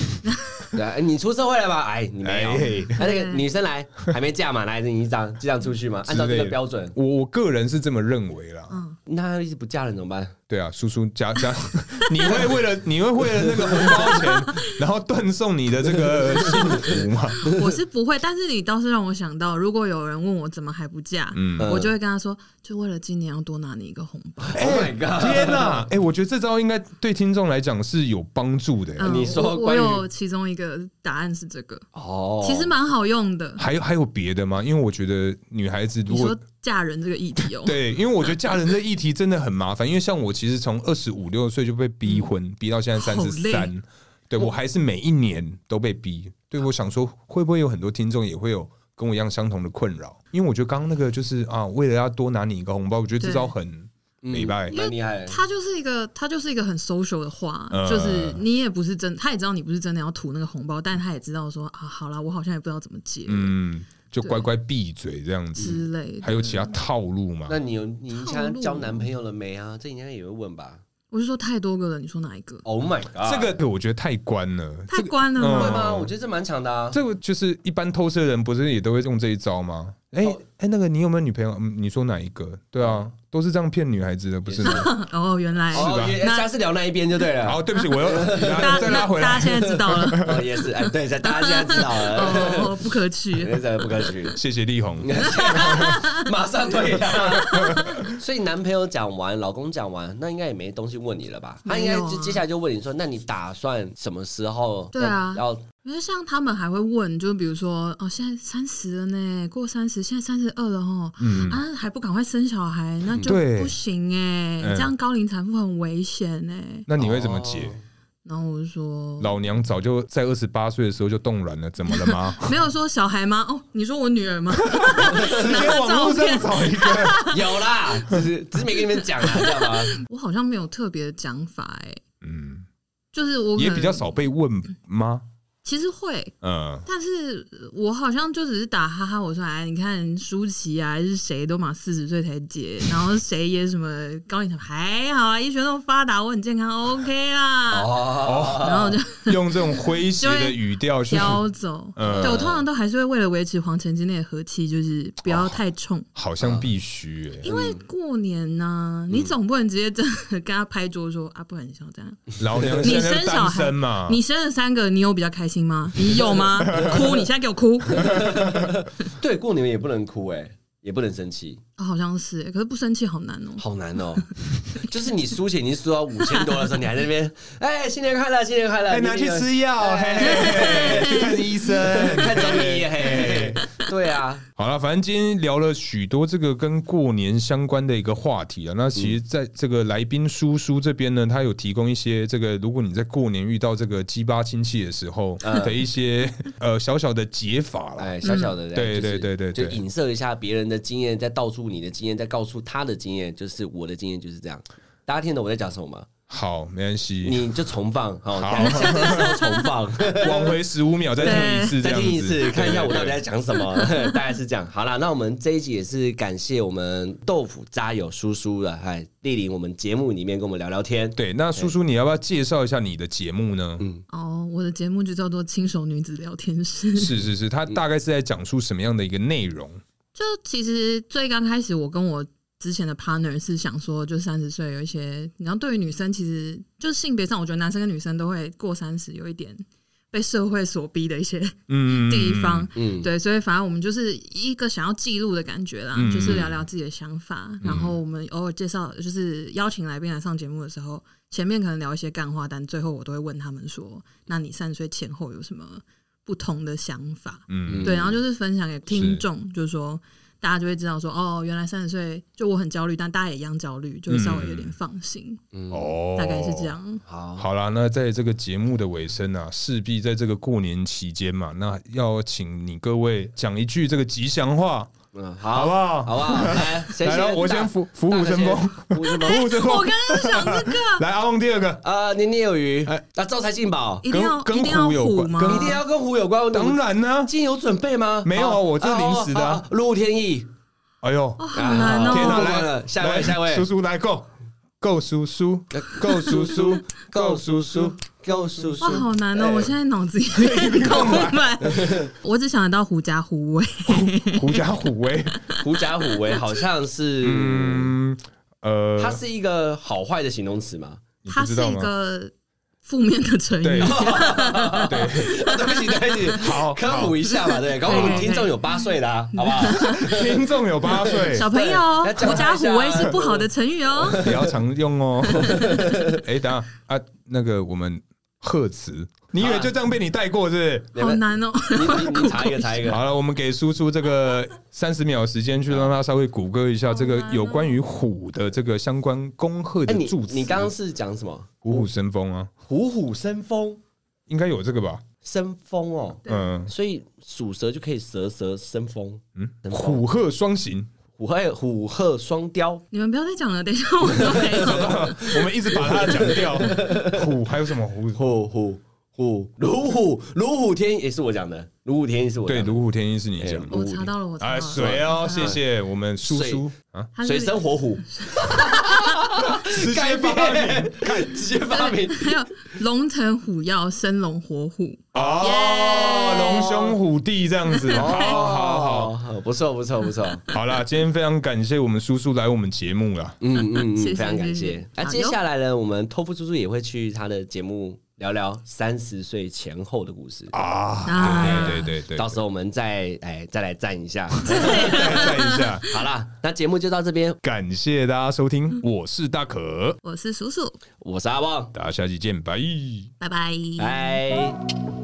Speaker 1: 对啊，哎你出社会了吧？哎，你没有。那、
Speaker 2: 哎
Speaker 1: 那个女生来还没嫁嘛，来你一张，就这样出去嘛，按照
Speaker 2: 之类
Speaker 1: 这
Speaker 2: 的
Speaker 1: 个标准，嗯
Speaker 2: 我我个人是这么认为啦。
Speaker 1: 那她一直不嫁人怎么办？
Speaker 2: 对啊，叔叔家家 你会为了你会为了那个红包 钱，然后断送你的这个幸福吗？
Speaker 3: 我是不会，但是你倒是让我想到，如果有人问我怎么还不嫁，
Speaker 2: 嗯
Speaker 3: 我就会跟他说，就为了今年要多拿你一个红包。
Speaker 1: Oh my god！
Speaker 2: 天哪、哎、我觉得这招应该对听众来讲是有帮助的、
Speaker 3: 嗯，
Speaker 1: 你说
Speaker 3: 我我
Speaker 1: 关于
Speaker 3: 有其中一个答案是这个，
Speaker 1: 哦，
Speaker 3: 其实蛮好用的。
Speaker 2: 还有还有别的吗？因为我觉得女孩子如
Speaker 3: 你
Speaker 2: 果
Speaker 3: 说嫁人这个议 题哦，
Speaker 2: 对，因为我觉得嫁人这议题真的很麻烦，因为像我其实从二十五六岁就被逼婚，逼到现在三
Speaker 3: 嗯好
Speaker 2: 十
Speaker 3: 累
Speaker 2: 三，对我还是每一年都被逼。对我想说，会不会有很多听众也会有跟我一样相同的困扰？因为我觉得刚刚那个就是啊，为了要多拿你一个红包，我觉得这招很美败。
Speaker 1: 蛮厉害的。
Speaker 3: 它就是一个，它就是一个很 social 的话，
Speaker 2: 呃
Speaker 3: 就是你也不是真，他也知道你不是真的要图那个红包，但他也知道说啊，好啦，我好像也不知道怎么接、
Speaker 2: 嗯，就乖乖闭嘴这样子。
Speaker 3: 之类的。
Speaker 2: 还有其他套路吗？
Speaker 1: 那你有你现
Speaker 3: 套
Speaker 1: 在
Speaker 3: 路
Speaker 1: 交男朋友了没啊？这应该也会问吧
Speaker 3: 我就说太多个了，你说哪一个？
Speaker 1: ？Oh
Speaker 2: 哦
Speaker 1: my god！
Speaker 2: 这个我觉得太官了，
Speaker 3: 太关了
Speaker 1: 会
Speaker 2: 嗯
Speaker 3: 吗？
Speaker 1: 吗？我觉得这蛮强的啊。
Speaker 2: 这个就是一般偷车人不是也都会用这一招吗？哎、哎、
Speaker 1: 哦
Speaker 2: 那个你有没有女朋友？嗯，你说哪一个？对啊，都是这样骗女孩子的，不是吗？
Speaker 3: 哦，原来
Speaker 1: 哦，原
Speaker 3: 那
Speaker 1: 下次聊那一边就对了。
Speaker 2: 好，对不起，我又拉
Speaker 3: 大家
Speaker 2: 再拉
Speaker 3: 那
Speaker 2: 回
Speaker 3: 大家
Speaker 2: 来。
Speaker 3: 现在知道 了，
Speaker 1: 哦，也是，哎，对，大家现在知道 了，
Speaker 3: 哦，不可取。
Speaker 2: 哎
Speaker 1: 真的不可取，
Speaker 2: 谢谢力宏，
Speaker 1: 马上退让。 所以男朋友讲完，老公讲完，那应该也没东西问你了吧？他应该
Speaker 3: 没有
Speaker 1: 就
Speaker 3: 啊
Speaker 1: 接下来就问你说，那你打算什么时候？
Speaker 3: 对啊
Speaker 1: 要要
Speaker 3: 因为像他们还会问，就比如说，哦，现在三十了呢，过三十，现在三十二了哦，
Speaker 2: 嗯，
Speaker 3: 啊，还不赶快生小孩，那就
Speaker 2: 对
Speaker 3: 不行哎、
Speaker 2: 嗯
Speaker 3: 这样高龄产妇很危险哎、
Speaker 2: 那你会怎么解？
Speaker 3: 然后我就说，
Speaker 2: 老娘早就在二十八岁的时候就冻卵了，怎么了吗？
Speaker 3: 没有说小孩吗？哦，你说我 女儿吗？
Speaker 2: 直
Speaker 3: 拿
Speaker 2: 接网
Speaker 3: 照
Speaker 2: 络上
Speaker 3: 片，
Speaker 2: 找一个，
Speaker 1: 有啦，只是只是没跟你们讲啊，知道 吗？
Speaker 3: 我好像没有特别的讲法哎、
Speaker 2: 嗯，
Speaker 3: 就是我可
Speaker 2: 也
Speaker 3: 能
Speaker 2: 比较，少被问吗？
Speaker 3: 其实会。
Speaker 2: 嗯，
Speaker 3: 但是我好像就只是打哈哈，我说哎，你看舒淇啊，还是谁都嘛四十岁才结，然后谁也什么高龄产妇还好啊，医学那么发达，我很健康，OK 啦。
Speaker 1: 哦，
Speaker 3: 然后我就
Speaker 2: 用这种诙谐的语调去，
Speaker 3: 飘走。
Speaker 2: 嗯
Speaker 3: 对我通常都还是会为了维持黄前之内的和气，就是不要太冲。
Speaker 2: 好像必须欸
Speaker 3: 因为过年呢、你总不能直接真的跟他拍桌说啊，不然你想这样，
Speaker 2: 老娘
Speaker 3: 你
Speaker 2: 现
Speaker 3: 生
Speaker 2: 在
Speaker 3: 小
Speaker 2: 单
Speaker 3: 孩
Speaker 2: 身嘛，
Speaker 3: 你生了三个，你有比较开心吗？你有吗？哭，你现在给我哭， 啊
Speaker 1: 对，过年也不能哭哎、也不能生气，
Speaker 3: 哦好像是耶，可是不生气好难哦、
Speaker 1: 好难 哦。就是你输钱已经输到五千多的时候，你还在那 边，哎、新年快乐，新年快乐，
Speaker 2: 哎，拿
Speaker 1: 你哎
Speaker 2: 去吃药，嘿 嘿嘿， 去看医生，
Speaker 1: 看中你，嘿嘿，嘿对啊，
Speaker 2: 好了，反正今天聊了许多这个跟过年相关的一个话题啊。那其
Speaker 1: 嗯
Speaker 2: 实在这个来宾叔叔这边呢，他有提供一些这个，如果你在过年遇到这个鸡巴亲戚的时候的一些、呃小小的解法啦。
Speaker 1: 嗯哎，小小的，
Speaker 2: 嗯对
Speaker 1: 就是
Speaker 2: 对对对对
Speaker 1: 就影射一下别人的经验，再道出你的经验，再告诉他的经验，就是我的经验就是这样。大家听懂我在讲什么吗？
Speaker 2: 好，没关系，
Speaker 1: 你就重放，好，
Speaker 2: 好
Speaker 1: 大家下次的时候重放，
Speaker 2: 往回十五秒再听一次，这
Speaker 1: 再
Speaker 2: 样
Speaker 1: 听
Speaker 2: 子
Speaker 1: 一次，看一下我到底
Speaker 2: 对
Speaker 1: 在讲什 么，大概是这样。好啦，那我们这一集也是感谢我们豆腐渣友叔叔的，哎，莅临我们节目里面跟我们聊聊天。
Speaker 2: 对，那叔叔，你要不要介绍一下你的节目呢？
Speaker 1: 嗯
Speaker 3: 哦，我的节目就叫做《轻熟女子聊天室》，
Speaker 2: 是是是，他
Speaker 1: 嗯
Speaker 2: 大概是在讲述什么样的一个内容？
Speaker 3: 就其实最刚开始，我跟我之前的 partner 是想说，就三十岁有一些，你要对于女生，其实就是性别上，我觉得男生跟女生都会过三十，有一点被社会所逼的一些
Speaker 2: 嗯，
Speaker 3: 地方。
Speaker 1: 嗯，
Speaker 3: 对，所以反正我们就是一个想要记录的感觉啦，
Speaker 2: 嗯
Speaker 3: 就是聊聊自己的想法，然后我们偶尔介绍，就是邀请来宾来上节目的时候，前面可能聊一些干话，但最后我都会问他们说，那你三十岁前后有什么不同的想法？
Speaker 2: 嗯，
Speaker 3: 对，然后就是分享给听众，就是说大家就会知道说，哦，原来三十岁就我很焦虑，但大家也一样焦虑，就会稍微有
Speaker 2: 嗯
Speaker 3: 点放心，
Speaker 1: 嗯
Speaker 2: 哦
Speaker 3: 大概是这。样。
Speaker 1: 好，
Speaker 2: 好啦，那在这个节目的尾声啊，势必在这个过年期间嘛，那要请你各位讲一句这个吉祥话，
Speaker 1: 嗯，
Speaker 2: 好不
Speaker 1: 好，好
Speaker 2: 好？哦
Speaker 1: 不好？ 来，谁
Speaker 2: 来了，
Speaker 1: 先？
Speaker 2: 我
Speaker 1: 大
Speaker 2: 先伏伏虎生风，，
Speaker 1: 虎生
Speaker 2: 伏
Speaker 1: 风。
Speaker 2: 虎生
Speaker 3: 我
Speaker 2: 风
Speaker 3: 刚。刚想这个，
Speaker 2: 来，阿旺第二个，
Speaker 1: 啊，年年有余
Speaker 2: 哎，
Speaker 1: 啊，招财进宝，
Speaker 3: 一定要
Speaker 2: 跟
Speaker 3: 一定要
Speaker 2: 虎有
Speaker 3: 虎
Speaker 2: 关
Speaker 3: 吗？
Speaker 2: 跟
Speaker 1: 一定要跟虎有关。我
Speaker 2: 当然呢、
Speaker 1: 今天有准备吗？
Speaker 2: 没有啊
Speaker 1: 好
Speaker 2: 我这临时的啊
Speaker 1: 好好好陆天意，
Speaker 2: 哎呦，
Speaker 3: 哦，好难哦。
Speaker 2: 天哪，
Speaker 1: 不
Speaker 2: 来
Speaker 1: 管了下一位
Speaker 2: 来
Speaker 1: 下一位
Speaker 2: 叔叔来够够叔叔够 叔叔够叔叔，
Speaker 1: 够叔叔
Speaker 3: 哇，，好难哦！
Speaker 1: 对
Speaker 3: 我现在脑子里面空白， 我只想得到狐假虎威。
Speaker 2: 狐假虎 威，
Speaker 1: 狐假虎威，好像是，
Speaker 2: 嗯呃
Speaker 1: 它，是一个好坏的形容词嘛？
Speaker 2: 你
Speaker 3: 它
Speaker 2: 不
Speaker 3: 是
Speaker 2: 知道
Speaker 3: 一
Speaker 2: 吗？
Speaker 3: 个负面的成
Speaker 2: 对
Speaker 3: 语。
Speaker 1: 对
Speaker 2: 对，
Speaker 1: 不起，对不起，
Speaker 2: 好嗯
Speaker 1: 科普一下嘛，对，搞不好我们听众有八岁的啊，好不好？
Speaker 2: 听众有八岁，
Speaker 3: 小朋友
Speaker 1: 对要，教
Speaker 3: 狐
Speaker 1: 他
Speaker 3: 假
Speaker 1: 一
Speaker 3: 虎
Speaker 1: 下啊
Speaker 3: 威是不好的成语哦。
Speaker 2: 也要常用哦。哎、等一下啊，那个我们贺词，你以为就这样被你带过是不
Speaker 3: 好难哦。
Speaker 1: 你你你查一个，查一
Speaker 2: 是？
Speaker 1: 个。
Speaker 2: 好了，我们给叔叔这个三十秒时间，去让他稍微谷歌一下这个有关于虎的这个相关恭贺
Speaker 1: 哎，
Speaker 2: 的
Speaker 1: 你
Speaker 2: 祝词。
Speaker 1: 你刚刚是讲什么？
Speaker 2: 虎虎生风啊，
Speaker 1: 虎虎生风，
Speaker 2: 应该有这个吧？
Speaker 1: 生风哦，
Speaker 3: 对
Speaker 2: 嗯，
Speaker 1: 所以属蛇就可以蛇蛇生风，嗯，
Speaker 2: 虎鹤双行，
Speaker 1: 虎鹤虎鹤双雕，
Speaker 3: 你们不要再讲了，等一下我都没有。
Speaker 2: 我们一直把它讲 掉。虎还有什么虎？
Speaker 1: 虎虎虎如虎如虎添翼也是我讲的，如虎添翼是我
Speaker 2: 对，
Speaker 1: 讲的，
Speaker 2: 如虎添翼是你讲
Speaker 1: 哎
Speaker 2: 的。
Speaker 3: 我查到了，我查
Speaker 2: 哎，
Speaker 3: 到了。
Speaker 2: 水哦，谢谢我们叔叔啊，
Speaker 3: 它是
Speaker 1: 水深火虎，
Speaker 2: 直
Speaker 1: 改
Speaker 2: 接
Speaker 1: 变
Speaker 2: 发明，
Speaker 1: 看直接发明，
Speaker 3: 还有龙腾虎跃，生龙活虎。
Speaker 2: 哦，龙兄虎弟这样子，好好好。
Speaker 1: 哦好，不错不错不错，
Speaker 2: 好啦，今天非常感谢我们叔叔来我们节目啦。
Speaker 1: 嗯嗯嗯，
Speaker 3: 谢谢
Speaker 1: 非常感
Speaker 3: 谢
Speaker 1: 谢
Speaker 3: 谢。
Speaker 1: 那
Speaker 3: 好
Speaker 1: 接下来呢，我们托付叔叔也会去他的节目聊聊三十岁前后的故事，
Speaker 2: 啊，
Speaker 3: 啊
Speaker 2: 对对对对，
Speaker 1: 到时候我们再哎再来赞一下。
Speaker 2: 再看一下。
Speaker 1: 好啦，那节目就到这边，
Speaker 2: 感谢大家收听，我是大可，
Speaker 3: 我是鼠鼠，
Speaker 1: 我是阿旺，
Speaker 3: 嗯
Speaker 2: 大家下期见，拜。
Speaker 3: 拜拜。
Speaker 1: 拜。